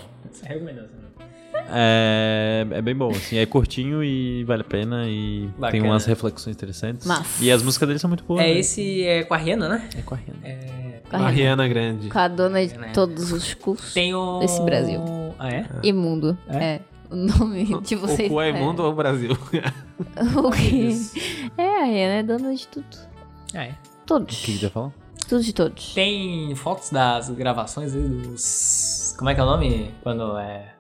É, é bem bom, assim, é curtinho e vale a pena e tem
Bacana.
umas reflexões interessantes.
Massa.
E as músicas dele são muito boas.
É
né?
esse é com a Rihanna, né?
É com a Rihanna.
Com
A
a,
Rihanna Grande.
com a dona de todos os cursos
Tem o...
desse Brasil.
Ah, é?
e mundo. É. o nome de
O
vocês.
cu é imundo ou o Brasil?
O que? É, a Rihanna é dona de tudo.
Ah, é.
Todos.
ia falar?
Tudo de todos.
Tem fotos das gravações aí dos. Como é que é o nome? Quando é.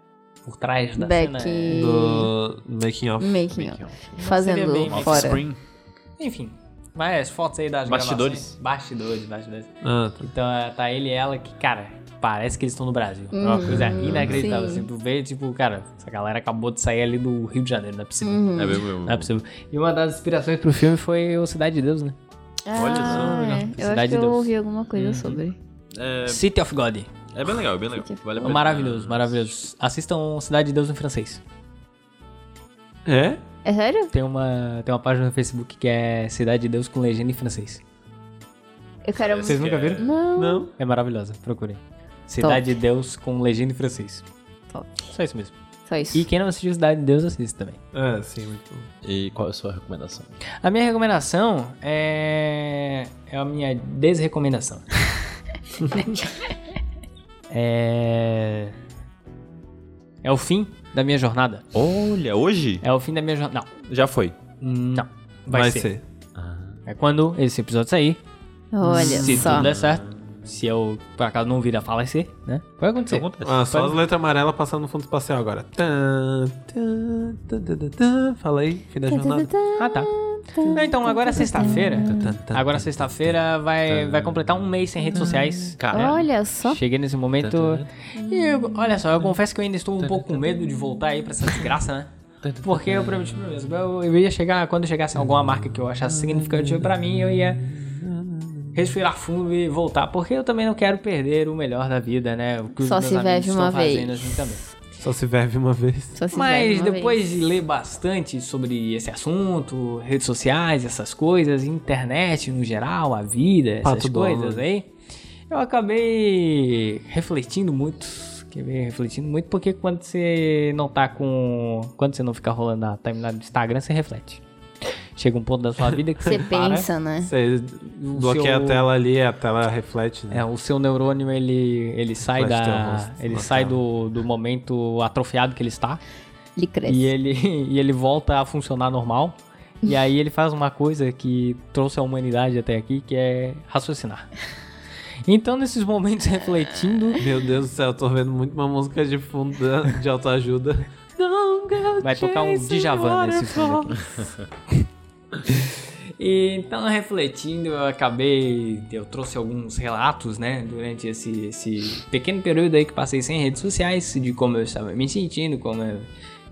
Por trás da
Back
cena. é-
Do making of.
making of.
Não
Fazendo
seria bem
fora.
Offspring.
Enfim. Várias fotos aí das
Bastidores.
gravações. Bastidores. Bastidores.
Ah, tá.
Então é, tá ele e ela que, cara, parece que eles estão no Brasil. É
Ah,
uma coisa inacreditável.
Uhum, sim.
Assim, tu vê, tipo, cara, essa galera acabou de sair ali do Rio de Janeiro, não é possível.
Uhum.
É mesmo, mesmo.
Não é possível. E uma das inspirações pro filme foi o Cidade de Deus, né?
Olha só,
Ah,
legal.
é. Eu acho
Cidade
que eu
Deus.
ouvi alguma coisa sobre.
É,
City of God.
é bem legal, é bem legal.
Uhum.
Vale a pena.
Maravilhoso, maravilhoso. Assistam Cidade de Deus em francês.
É?
É sério?
Tem uma, tem uma página no Facebook que é Cidade de Deus com legenda em francês.
Eu quero muito.
Vocês nunca viram?
Não.
Não.
É maravilhosa, procurem. Cidade de Deus com legenda em francês.
Top.
Só isso mesmo.
Só isso.
E quem não assistiu Cidade de Deus, assiste também.
É, sim, muito bom.
E qual é a sua recomendação?
A minha recomendação é. É a minha desrecomendação. é. É o fim da minha jornada.
Olha, hoje?
É o fim da minha jornada.
Já foi.
Não. Não. Vai,
Vai,
ser.
ser.
É quando esse episódio sair.
Olha
se
só.
tudo der certo. Se eu, por acaso, não vir a falecer, né? Vai
Isso
acontecer.
acontece.
Ah, só as letras amarelas passando no fundo espacial agora. Tã, tã, tã, tã, tã, tã. Fala aí, fim da jornada.
Ah, tá. Não, Então, agora é sexta-feira. Agora é sexta-feira vai, vai completar um mês sem redes sociais.
Cara,
Olha só.
Cheguei nesse momento. E eu- olha só, eu confesso que eu ainda estou um pouco com medo de voltar aí pra essa desgraça, né? Porque eu prometi pra mim mesmo. Eu, eu ia chegar, quando chegasse alguma marca que eu achasse significativa pra mim, eu ia respirar fundo e voltar. Porque eu também não quero perder o melhor da vida, né? O que os
Só
meus
se
amigos
vive
estão
uma
fazendo,
vez.
assim, também.
Só se verve uma vez.
Só se
Mas
vai uma
depois
vez.
de ler bastante sobre esse assunto, redes sociais, essas coisas, internet no geral, a vida, essas
Pato
coisas
Donald.
aí, eu acabei refletindo muito. Acabei refletindo muito, porque quando você não tá com. Quando você não fica rolando a timeline do Instagram, você reflete. Chega um ponto da sua vida que você,
Você
para,
pensa, né?
Você bloqueia
seu-
a tela ali, a tela reflete, né?
É, o seu neurônio ele, ele sai
Reflete teu
da.
rosto
Ele
na
sai
tela.
do, do momento atrofiado que ele está.
Ele cresce.
E é ele, e ele volta a funcionar normal. E aí ele faz uma coisa que trouxe a humanidade até aqui, que é raciocinar. Então, nesses momentos refletindo,
Meu Deus do céu, eu tô vendo muito uma música de fundo da- de autoajuda.
vai tocar um Djavan nesse fundo aqui. E, então, refletindo, eu acabei. Eu trouxe alguns relatos, né? Durante esse, esse pequeno período aí que passei sem redes sociais, de como eu estava me sentindo, como eu,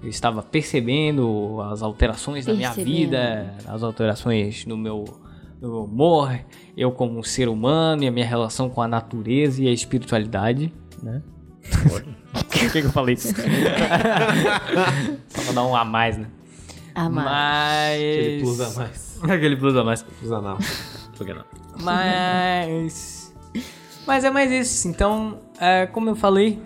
eu estava percebendo as alterações da minha
Percebendo.
vida, as alterações no meu, no meu humor, eu como um ser humano e a minha relação com a natureza e a espiritualidade, né? Por que, que eu falei isso? Só pra dar um a mais, né?
Ah, mas...
Mas.
Aquele plus a mais.
Aquele plus a mais.
Plus a não.
por que não?
Mas. Mas é mais isso. Então, é, como eu falei,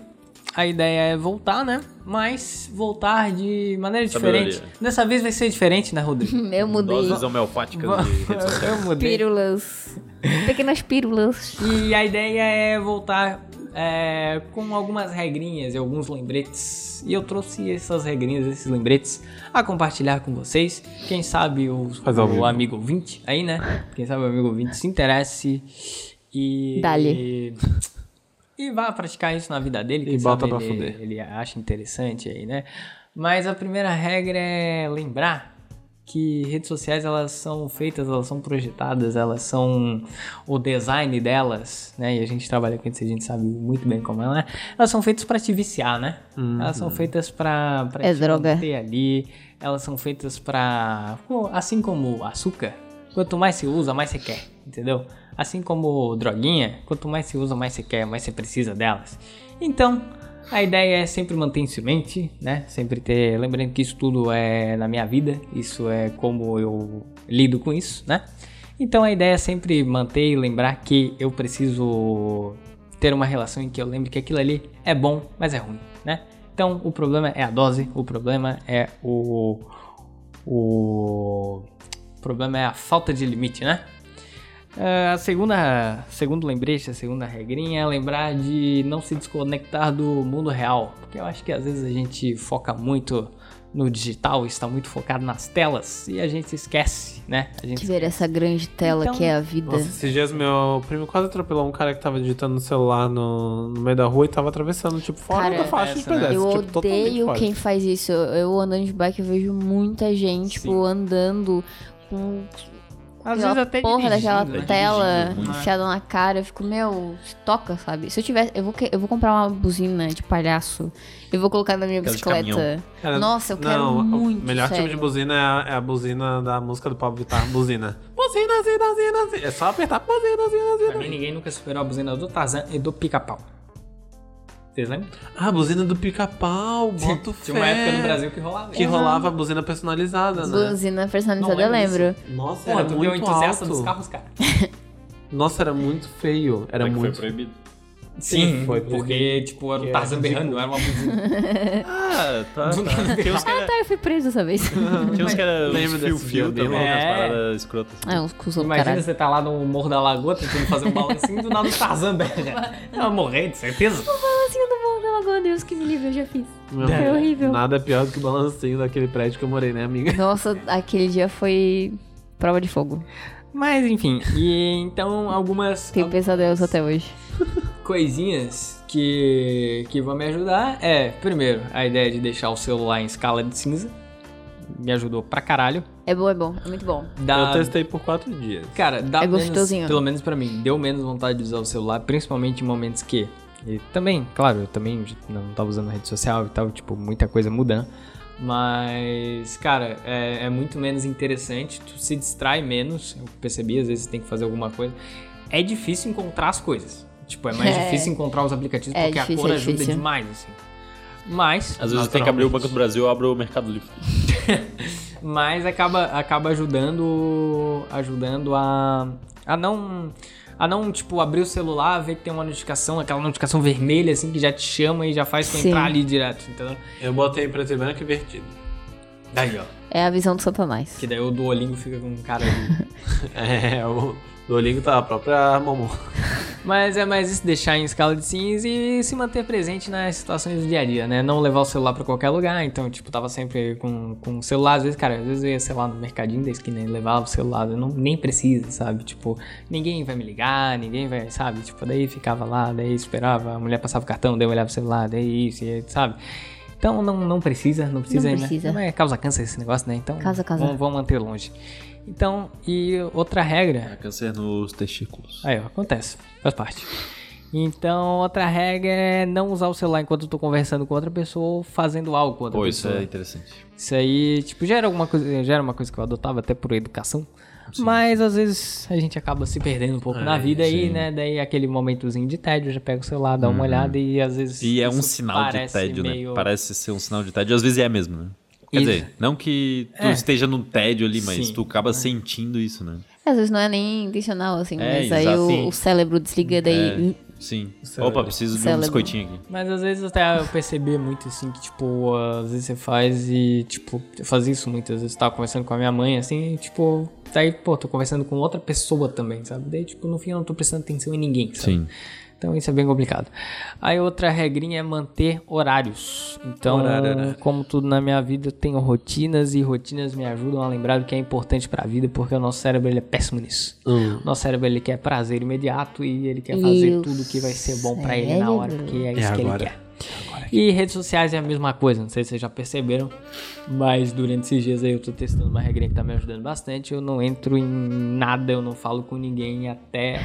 a ideia é voltar, né? Mas voltar de maneira
Sabedoria.
diferente. Dessa vez vai ser diferente, né, Rodrigo?
Eu mudei.
Doses homeopáticas de redes sociais.
eu mudei.
Pílulas. Pequenas pílulas.
E a ideia é voltar é, com algumas regrinhas e alguns lembretes. E eu trouxe essas regrinhas, esses lembretes, a compartilhar com vocês. Quem sabe o,
Faz ao
o
vivo.
amigo 20 aí, né? Quem sabe o amigo 20 se interesse e.
Dá-lhe.
E vá praticar isso na vida dele. Quem
E bota
sabe
pra
ele,
fuder.
ele acha interessante aí, né? Mas a primeira regra é lembrar que redes sociais elas são feitas, elas são projetadas, elas são o design delas, né? E a gente trabalha com isso, a gente sabe muito bem como ela é. Elas são feitas pra te viciar, né? Elas são feitas pra, pra
É
te
droga.
manter ali. Elas são feitas pra. pô, assim como o açúcar, quanto mais se usa, mais você quer, entendeu? Assim como droguinha, quanto mais se usa, mais você quer, mais você precisa delas. Então, a ideia é sempre manter isso em mente, né? Sempre ter. Lembrando que isso tudo é na minha vida, isso é como eu lido com isso, né? Então a ideia é sempre manter e lembrar que eu preciso ter uma relação em que eu lembre que aquilo ali é bom, mas é ruim, né? Então o problema é a dose, o problema é o. O. O problema é a falta de limite, né? Ah, a segunda, segundo lembrete, a segunda regrinha é lembrar de não se desconectar do mundo real, porque eu acho que às vezes a gente foca muito no digital, está muito focado nas telas e a gente se esquece, né? A gente
De ver essa grande tela
Então-
que é a vida.
Nossa, esses dias meu primo quase atropelou um cara que tava digitando no celular no, no meio da rua e tava atravessando, tipo, fora
Cara,
da faixa de
essa, né?
pedestre.
eu
tipo, totalmente
odeio
fora.
quem faz isso. Eu eu andando de bike, eu vejo muita gente, tipo, andando com
Às
aquela
vezes até
porra daquela
dirigindo, né?
tela
É
Dirigindo muito.
enfiada na cara. Eu fico, meu, se toca, sabe? Se eu tivesse, eu vou, que- eu vou comprar uma buzina de palhaço. Eu vou colocar na minha
Aquela de
bicicleta.
Cara,
Nossa, eu quero
o
muito,
melhor
sério.
tipo de buzina é a, é a buzina da música do Pablo Vittar, buzina. Buzina, zina, zina, zina. É só apertar buzina, zina,
Pra
zina.
mim ninguém nunca superou a buzina do Tarzan e do Pica-Pau. Vocês lembram?
Ah, buzina do pica-pau, boto fé.
Tinha uma época no Brasil que rolava.
que rolava a buzina personalizada, né?
Buzina personalizada, eu
Não lembro
lembro.
Nossa,
Porra,
era
tu deu
muito
entusiasta dos
alto.
carros, cara.
Nossa, era muito feio. Era
Como é que
muito
Foi proibido.
Sim, foi
porque, tipo, era o
Que
Tarzan
era
berrando, era uma buzina.
Ah, tá.
Do
tá. Tinha uns que era-
Tá, eu fui preso essa vez.
tinha uns que era
Lembro
uns
desse
fio-fio
dia, eu
também,
lembro.
umas
É.
paradas escrotas.
é, uns cuzão do
Imagina
caralho.
você tá lá no Morro da Lagoa tentando fazer um balancinho do nada o Tarzan berra. Ela morrendo, certeza?
Balancinho do morro da Lagoa, Deus, que me livre, eu já fiz.
Meu
É
Deus,
horrível.
Nada é pior do que o balancinho daquele prédio que eu morei, né, amiga?
Nossa, aquele dia foi prova de fogo.
Mas, enfim. E então, algumas
Tá
Tenho pesadelos até hoje.
coisinhas que, que vão me ajudar é, primeiro, a ideia de deixar o celular em escala de cinza. Me ajudou pra caralho.
É bom, é bom, é muito bom.
Dá-
Eu testei por quatro dias.
Cara, dá
É
menos,
gostosinho.
pelo menos pra mim, deu menos vontade de usar o celular, principalmente em momentos que. E também, claro, eu também não tava usando rede social e tal, tipo, muita coisa mudando. Mas, cara, é, é muito menos interessante, tu se distrai menos. Eu percebi, às vezes tem que fazer alguma coisa. É difícil encontrar as coisas. Tipo, é mais
É.
difícil encontrar os aplicativos
É
porque a
difícil,
cor
é
ajuda
difícil.
demais, assim. Mas.
Às vezes eu tenho que abrir o Banco do Brasil, eu abro o Mercado Livre.
mas acaba, acaba ajudando ajudando a, a não a não tipo abrir o celular ver que tem uma notificação aquela notificação vermelha assim que já te chama e já faz tu
Sim.
entrar ali direto entendeu
Eu botei em preto e branco e vertido.
daí ó
É a visão do Satanás.
que daí o Duolingo fica com cara de...
É, o Duolingo tá a própria Momo.
mas é mais isso deixar em escala de cinza e se manter presente nas situações do dia a dia né não levar o celular pra qualquer lugar então tipo tava sempre com, com o celular às vezes cara às vezes eu ia sei lá no mercadinho da esquina e levava o celular eu não nem precisa sabe tipo ninguém vai me ligar, ninguém vai, sabe? Tipo, daí ficava lá, daí esperava, a mulher passava o cartão, daí eu olhava o celular, daí isso, e aí, sabe? Então não, não precisa, não precisa.
Não
né?
precisa.
Não é causa câncer esse negócio, né? Então
Causa, causa.
Vamos, vamos manter longe. Então, e outra regra.
Câncer nos testículos.
Aí, ó, acontece, faz parte. Então, outra regra é não usar o celular enquanto eu tô conversando com outra pessoa ou fazendo algo com outra
Pô, isso
pessoa.
é interessante.
Isso aí, tipo, já era, alguma coisa, já era uma coisa que eu adotava até por educação. Mas às vezes a gente acaba se perdendo um pouco
É,
na vida aí, né? Daí aquele momentozinho de tédio, já pega o celular, dá uma olhada e às vezes.
Uhum. E é um
isso
sinal de
parece
tédio,
meio-
né? Parece ser um sinal de tédio. Às vezes é mesmo, né? Quer
Isso.
dizer, não que tu
É.
esteja num tédio ali, mas
Sim.
tu acaba sentindo isso, né?
Às vezes não é nem intencional, assim,
É,
mas aí
exato.
o,
Sim. É.
o cérebro desliga daí. hum,
Sim.
Cérebro.
Opa, preciso de um
Cérebro.
biscoitinho aqui.
Mas às vezes até eu percebi muito assim que, tipo, às vezes você faz e, tipo, eu fazia isso muitas vezes. Eu tava conversando com a minha mãe, assim, e, tipo, daí, pô, tô conversando com outra pessoa também, sabe? Daí, tipo, no fim eu não tô prestando atenção em ninguém, sabe?
Sim.
Então isso é bem complicado. Aí outra regrinha é manter horários. Então,
Horário, horário.
como tudo na minha vida, eu tenho rotinas e rotinas me ajudam a lembrar o que é importante pra vida, porque o nosso cérebro ele é péssimo nisso. O nosso cérebro ele quer prazer imediato e ele quer
E
fazer
o
tudo que vai ser bom pra ele na hora,
cérebro?
porque é isso que
agora.
ele quer. E redes sociais é a mesma coisa, não sei se vocês já perceberam, mas durante esses dias aí eu tô testando uma regrinha que tá me ajudando bastante. Eu não entro em nada, eu não falo com ninguém até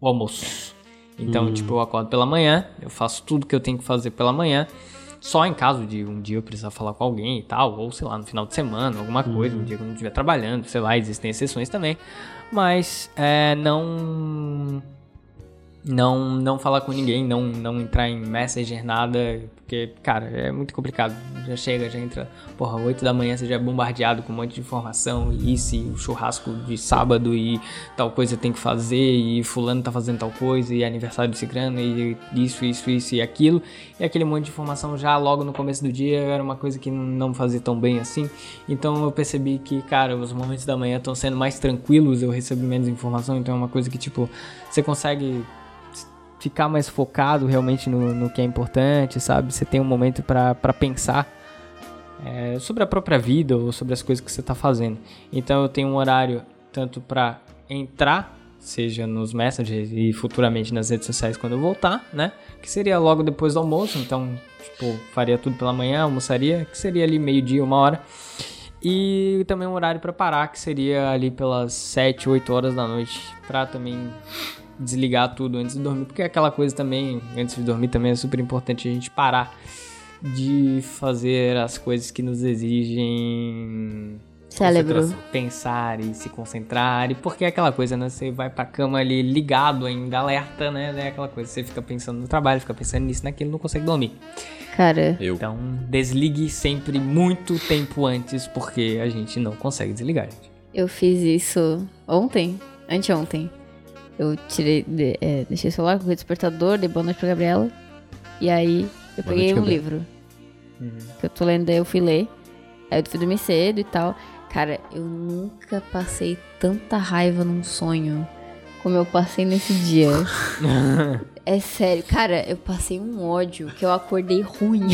o almoço. Então, tipo, eu acordo pela manhã, eu faço tudo que eu tenho que fazer pela manhã. Só em caso de um dia eu precisar falar com alguém e tal, ou sei lá, no final de semana, alguma coisa, um dia que eu não estiver trabalhando, sei lá, existem exceções também. Mas é, não Não, não falar com ninguém, não, não entrar em Messenger, nada, porque, cara, é muito complicado. Já chega, já entra, porra, 8 da manhã você já é bombardeado com um monte de informação, e se o churrasco de sábado e tal coisa tem que fazer, e fulano tá fazendo tal coisa, e é aniversário de ciclano, e isso, isso, isso e aquilo. E aquele monte de informação já logo no começo do dia era uma coisa que não fazia tão bem assim. Então eu percebi que, cara, os momentos da manhã estão sendo mais tranquilos, eu recebi menos informação, então é uma coisa que, tipo, você consegue ficar mais focado realmente no, no que é importante, sabe? Você tem um momento pra pra pensar é, sobre a própria vida ou sobre as coisas que você tá fazendo. Então eu tenho um horário tanto pra entrar, seja nos messengers e futuramente nas redes sociais quando eu voltar, né? Que seria logo depois do almoço, então, tipo, faria tudo pela manhã, almoçaria, que seria ali meio-dia, uma hora. E também um horário pra parar, que seria ali pelas 7, 8 horas da noite, pra também desligar tudo antes de dormir, porque aquela coisa também, antes de dormir também é super importante a gente parar de fazer as coisas que nos exigem
Cérebro.
concentração, pensar e se concentrar, e porque é aquela coisa, né? Você vai pra cama ali ligado ainda, alerta, né? É aquela coisa, você fica pensando no trabalho, fica pensando nisso, naquilo, não consegue dormir.
Cara,
Eu.
Então, desligue sempre muito tempo antes, porque a gente não consegue desligar, gente.
eu fiz isso ontem, anteontem. Eu tirei, de- é, deixei o celular com o despertador, dei boa noite pra Gabriela. E aí eu
Boa
peguei
noite,
um
Gabriela.
livro. Que eu tô lendo, daí eu fui ler. Aí eu fui dormir cedo e tal. Cara, eu nunca passei tanta raiva num sonho como eu passei nesse dia. é sério, cara, eu passei um ódio que eu acordei ruim.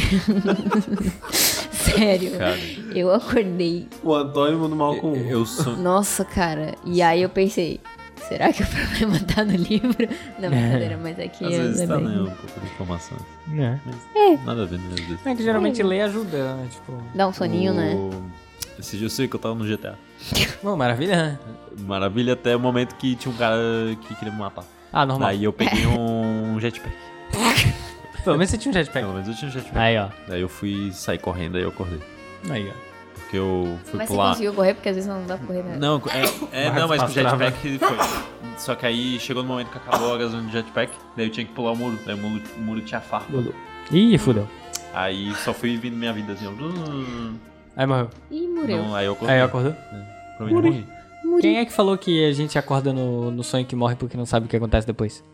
sério.
Cara,
Eu acordei.
O Antônimo do Malcolm.
eu, eu sou.
Nossa, cara. E aí eu pensei, será que o problema tá no livro? Não, brincadeira, mas é que
Às
eu
vezes tá,
lembrei.
né? Um pouco de informação.
Né?
Nada a ver, né? Às vezes.
É que geralmente ler ajuda, né? Tipo,
Dá um Tá soninho, né?
O- Esse dia eu sei que eu tava no GTA.
bom, maravilha. né?
Maravilha, até o momento que tinha um cara que queria me matar.
Ah, normal.
Daí eu peguei um jetpack.
Pelo menos você tinha um jetpack.
Pelo menos eu tinha um jetpack.
Aí, ó.
Daí eu fui sair correndo, aí eu acordei.
Aí, ó.
Porque eu fui
Mas você
pular.
conseguiu correr, porque às vezes não dá pra correr, né?
Não, é, é, não, mas com o jetpack foi. Só que aí chegou no momento que acabou a gasolina do jetpack, daí eu tinha que pular o muro, daí o muro, o muro tinha farpa.
Ih, fudeu.
Aí só fui vindo minha vida assim, ó. Hum,
Aí morreu.
Ih, morreu.
não, aí eu acordei.
Aí acordou.
Provavelmente morri.
Quem é que falou que a gente acorda no, no sonho que morre porque não sabe o que acontece depois?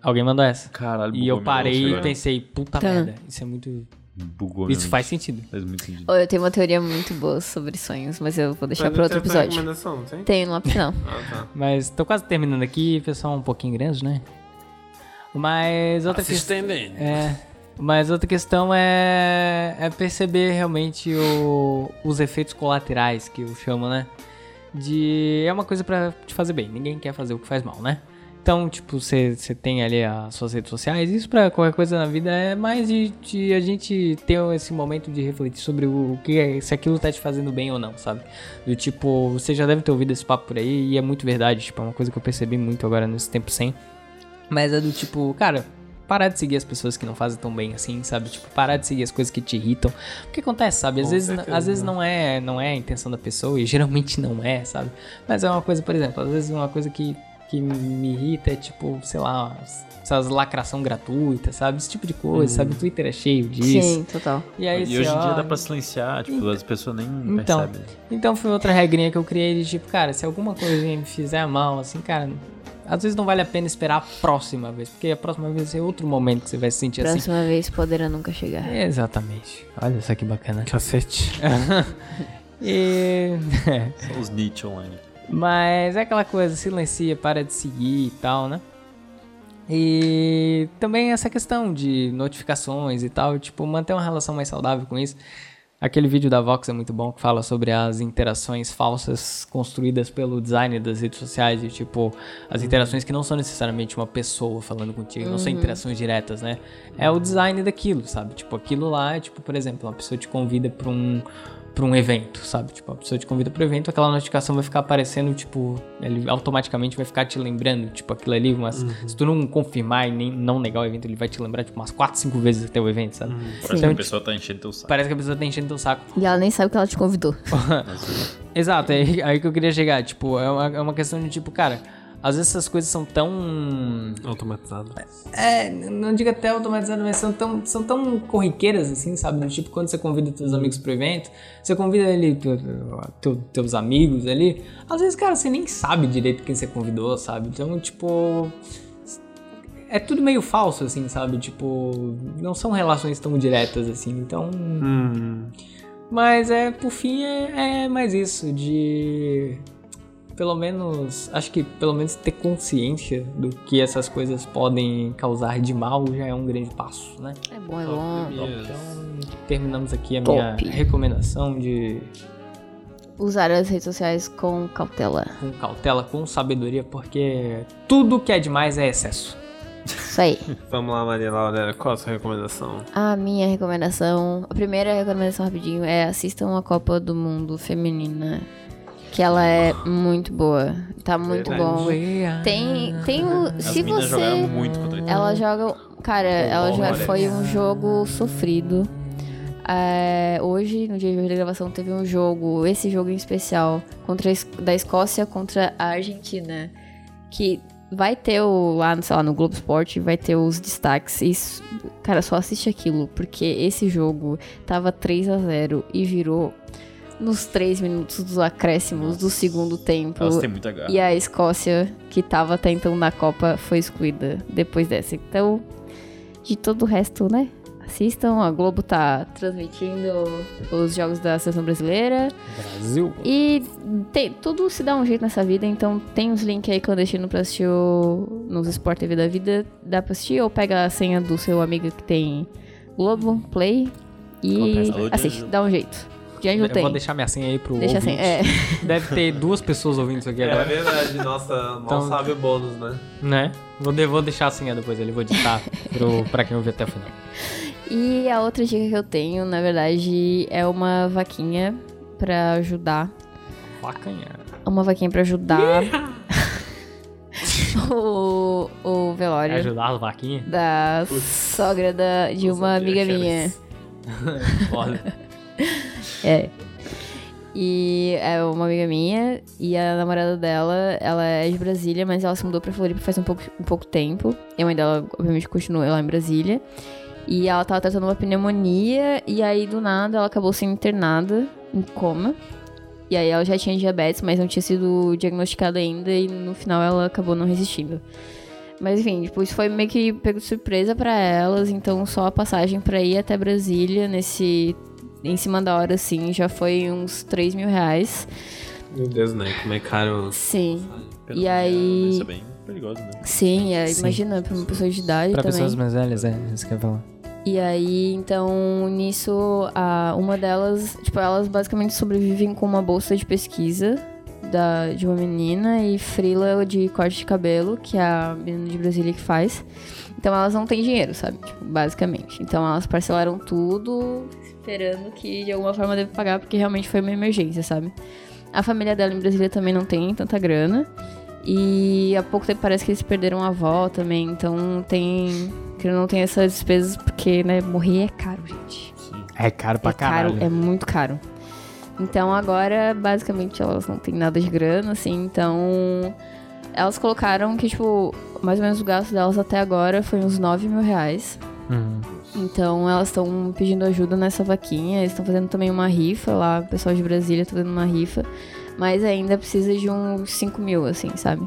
Alguém mandou essa.
Caralho,
E eu
bugou meu
parei e
negócio agora.
pensei, puta
Tá.
merda, isso é muito.
Bugou
Isso
minha
faz sentido.
mente. Faz muito sentido.
Ô, Eu tenho uma teoria muito boa sobre sonhos, mas eu vou deixar
Mas
pra
não
outro
tem essa
episódio.
recomendação, não tem?
Tem no lápis, não.
Ah, tá.
Mas tô quase terminando aqui, pessoal um pouquinho grande, né? Mas outra questão.
estendendo.
É, mas outra questão é, é perceber realmente o- os efeitos colaterais que eu chamo, né? De é uma coisa pra te fazer bem. Ninguém quer fazer o que faz mal, né? Então, tipo, você você tem ali as suas redes sociais. Isso pra qualquer coisa na vida é mais de, de a gente ter esse momento de refletir sobre o, o que é, se aquilo tá te fazendo bem ou não, sabe? Do tipo, você já deve ter ouvido esse papo por aí e é muito verdade. Tipo, é uma coisa que eu percebi muito agora nesse tempo sem. Mas é do tipo, cara, parar de seguir as pessoas que não fazem tão bem assim, sabe? Tipo, parar de seguir as coisas que te irritam. Porque acontece, sabe? Às
Com
vezes,
certeza,
às vezes
né?
não é, não é a intenção da pessoa e geralmente não é, sabe? Mas é uma coisa, por exemplo, às vezes uma coisa que, que me irrita é tipo, sei lá, essas lacração gratuita, sabe? Esse tipo de coisa, sabe? O Twitter é cheio disso.
Sim, total.
E aí
Uhum. E
você
hoje em dia
olha-
dá pra silenciar, tipo, as pessoas nem
Então.
percebem.
então foi outra regrinha que eu criei de tipo, cara, se alguma coisa me fizer mal, assim, cara, às vezes não vale a pena esperar a próxima vez, porque a próxima vez é outro momento que você vai se sentir assim.
Próxima vez poderá nunca chegar.
Exatamente. Olha só que bacana.
Cacete.
E...
Só os Nietzsche online.
Mas é aquela coisa, silencia, para de seguir e tal, né? E também essa questão de notificações e tal, tipo, manter uma relação mais saudável com isso. Aquele vídeo da Vox é muito bom que fala sobre as interações falsas construídas pelo design das redes sociais e tipo as interações que não são necessariamente uma pessoa falando contigo, não são interações diretas, né? É o design daquilo, sabe? Tipo, aquilo lá é tipo, por exemplo, uma pessoa te convida pra um para um evento, sabe? Tipo, a pessoa te convida para o evento, aquela notificação vai ficar aparecendo, tipo, ele automaticamente vai ficar te lembrando, tipo, aquilo ali, mas se tu não confirmar e nem não negar o evento, ele vai te lembrar, tipo, umas 4, 5 vezes até o evento, sabe? Então, tipo,
Parece que a pessoa tá enchendo teu saco.
Parece que a pessoa tá enchendo teu saco.
E ela nem sabe que ela te convidou.
Exato, é aí- aí que eu queria chegar. Tipo, é uma, é uma questão de tipo, cara, Às vezes essas coisas são tão.
Automatizado.
É, não digo até automatizado, mas são tão, são tão corriqueiras assim, sabe? Do tipo, quando você convida teus amigos pro evento, você convida ali teu, teu- teus amigos ali. Às vezes, cara, você nem sabe direito quem você convidou, sabe? Então, tipo. É tudo meio falso, assim, sabe? Tipo, não são relações tão diretas assim. Então.
Hum.
Mas é, por fim, é, é mais isso, de pelo menos, acho que pelo menos ter consciência do que essas coisas podem causar de mal já é um grande passo, né?
É bom, é bom.
Terminamos aqui a
Top.
minha recomendação de
Usar as redes sociais com cautela.
com cautela, com sabedoria, porque tudo que é demais é excesso.
Isso aí.
Vamos lá, Maria Laura, qual a sua recomendação?
A minha recomendação, a primeira recomendação rapidinho é assistam a Copa do Mundo Feminina, que ela é muito boa. Tá muito
Verdade.
bom. Tem, tem o,
As
se
meninas
você
jogaram muito contra ele.
Ela joga. Cara, ela
Uhum. bom,
já
olha.
foi um jogo sofrido. É, hoje, no dia de hoje da gravação, teve um jogo, esse jogo em especial, contra a Es- da Escócia contra a Argentina. Que vai ter o, lá, no- sei lá, no Globo Esporte, vai ter os destaques. Isso, cara, só assiste aquilo, porque esse jogo tava 3 a 0 e virou nos 3 minutos dos acréscimos do segundo tempo.
Elas têm muita garra.
E a Escócia, que tava até então na Copa, foi excluída depois dessa. Então, de todo o resto, né? Assistam, a Globo tá transmitindo os jogos da seleção brasileira.
Brasil.
E tem, tudo se dá um jeito nessa vida, então tem uns links aí clandestino pra assistir o, nos Sport TV da vida. Dá pra assistir ou pega a senha do seu amigo que tem Globo, Play e
Acontece. Alô,
assiste,
Diângelo.
dá um jeito. Diângelo
Eu
tem.
vou deixar minha senha aí pro
Deixa assim,
ouvinte.
é.
Deve ter duas pessoas ouvindo isso aqui
É
agora,
verdade, nossa, mal
Então-
sabe o bônus, né?
né? Vou, de- vou deixar a senha depois ali, vou editar pro, pra quem ouvir até o final.
E a outra dica que eu tenho, na verdade, é uma vaquinha pra ajudar.
Bacanha.
Uma vaquinha pra ajudar o, o velório
Quer ajudar as vaquinhas?
da sogra da, de uma amiga minha.
Foda.
É. E é uma amiga minha e a namorada dela, ela é de Brasília, mas ela se mudou pra Floripa faz um pouco, um pouco tempo. E a mãe dela, obviamente, continua lá em Brasília. E ela tava tratando uma pneumonia e aí, do nada, ela acabou sendo internada em coma. E aí ela já tinha diabetes, mas não tinha sido diagnosticada ainda e no final ela acabou não resistindo. Mas enfim, tipo, isso foi meio que pego de surpresa pra elas, então só a passagem pra ir até Brasília nesse em cima da hora, assim, já foi uns 3 mil reais.
Meu Deus, né? Como é caro.
Sim,
Pelo
E
menos,
aí-
Isso é bem perigoso, né?
sim, é,
Sim.
imagina, pra uma pessoa de idade
pra
também.
pessoas mais velhas, é, isso que eu ia falar.
E aí, então, nisso, a, uma delas, tipo, elas basicamente sobrevivem com uma bolsa de pesquisa da, de uma menina e frila de corte de cabelo, que é a menina de Brasília que faz. Então elas não têm dinheiro, sabe? Tipo, basicamente. Então elas parcelaram tudo, esperando que de alguma forma deve pagar, porque realmente foi uma emergência, sabe? A família dela em Brasília também não tem tanta grana. E há pouco tempo parece que eles perderam a avó também, então tem. Que não tem essas despesas, porque, né, morrer é caro, gente.
É caro pra
é caro, é muito caro. Então agora, basicamente, elas não têm nada de grana, assim, então. Elas colocaram que, tipo, mais ou menos o gasto delas até agora foi uns 9 mil reais.
é. Uhum.
Então elas estão pedindo ajuda nessa vaquinha. Eles estão fazendo também uma rifa lá. O pessoal de Brasília tá fazendo uma rifa. Mas ainda precisa de uns 5 mil, assim, sabe?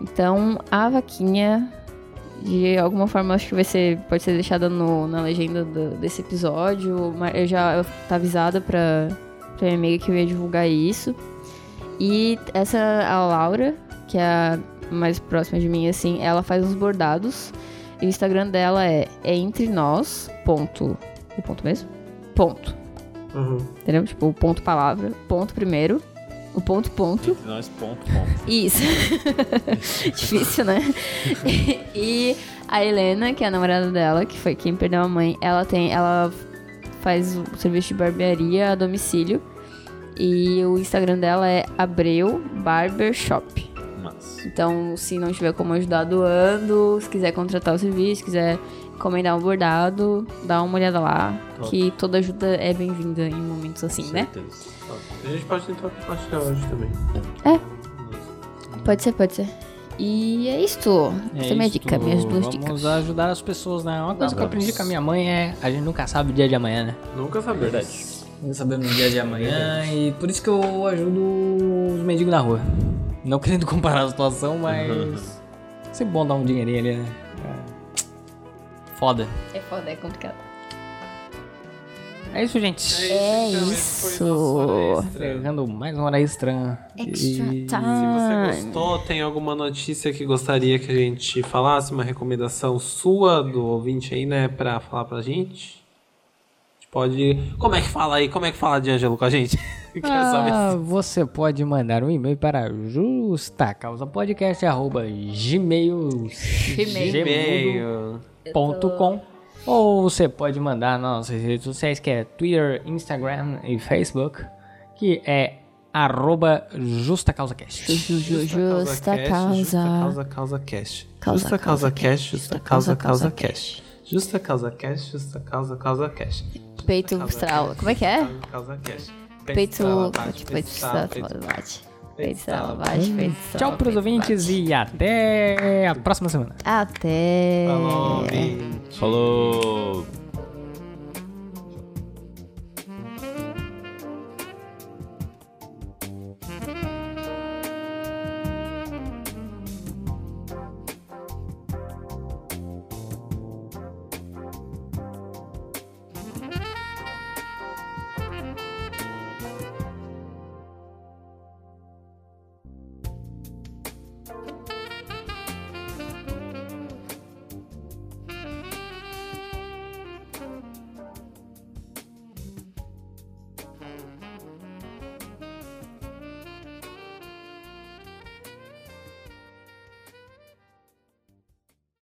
Então a vaquinha, de alguma forma, acho que vai ser, pode ser deixada no- na legenda do- desse episódio. mas Eu já eu tá avisada pra, pra minha amiga que eu ia divulgar isso. E essa, a Laura, que é a mais próxima de mim, assim, ela faz uns bordados. E o Instagram dela é, é entre nós, ponto... O ponto mesmo? Ponto.
Uhum.
Entendeu? Tipo, o ponto palavra, ponto primeiro, o ponto ponto.
Entre nós, ponto, ponto.
Isso. Difícil, né? e a Helena, que é a namorada dela, que foi quem perdeu a mãe, ela tem, ela faz o serviço de barbearia a domicílio. E o Instagram dela é Abreu Barbershop.
Mas.
Então, se não tiver como ajudar doando, se quiser contratar o serviço, se quiser encomendar um bordado, dá uma olhada lá,
Top.
que toda ajuda é bem-vinda em momentos assim, né?
certeza.
é A gente pode tentar achar hoje também.
É. Pode ser, pode ser. E é isto. Essa é minha
isto.
dica, minhas duas dicas.
Vamos ajudar as pessoas, né? Uma coisa que eu
Vamos.
aprendi com a minha mãe é a gente nunca sabe o dia de amanhã, né?
Nunca sabemos.
Nunca sabemos o dia de amanhã e por isso que eu ajudo os mendigos na rua. Não querendo comparar a situação, mas sempre bom dar um dinheirinho ali, né? É. Foda.
É foda, é complicado.
É isso, gente.
É
Então, esse foi o nosso
isso.
Hora Extra.
Chegando mais uma hora extra.
Extra
E-
Se você
time.
gostou, tem alguma notícia que gostaria que a gente falasse? Uma recomendação sua do ouvinte aí, né? Pra falar pra gente? A gente Pode. Como é que fala aí? Como é que fala de Ângelo com a gente? Quero saber.
Ah, você pode mandar um e-mail para justacausapodcast.gmail.com
E-mail.
ou você pode mandar nas nossas redes sociais que é Twitter, Instagram e Facebook, que é arroba justacausacast.
Ju- ju- Justa
Justa
causa.
Justa causa causa cash.
Causa,
Justa causa
causa,
cash. Justa causa
causa,
causa
causa,
cash. Justa causa cash. Justa causa causa cash.
Peito estrala. Como é que é?
Causa, causa cash.
Peito. tipo,
estralabate,
tá Peito estrala. Peito estrala. Peito estrala.
Tchau pros ouvintes e até a próxima semana.
Até.
tá Falou, ouvinte.
Falou.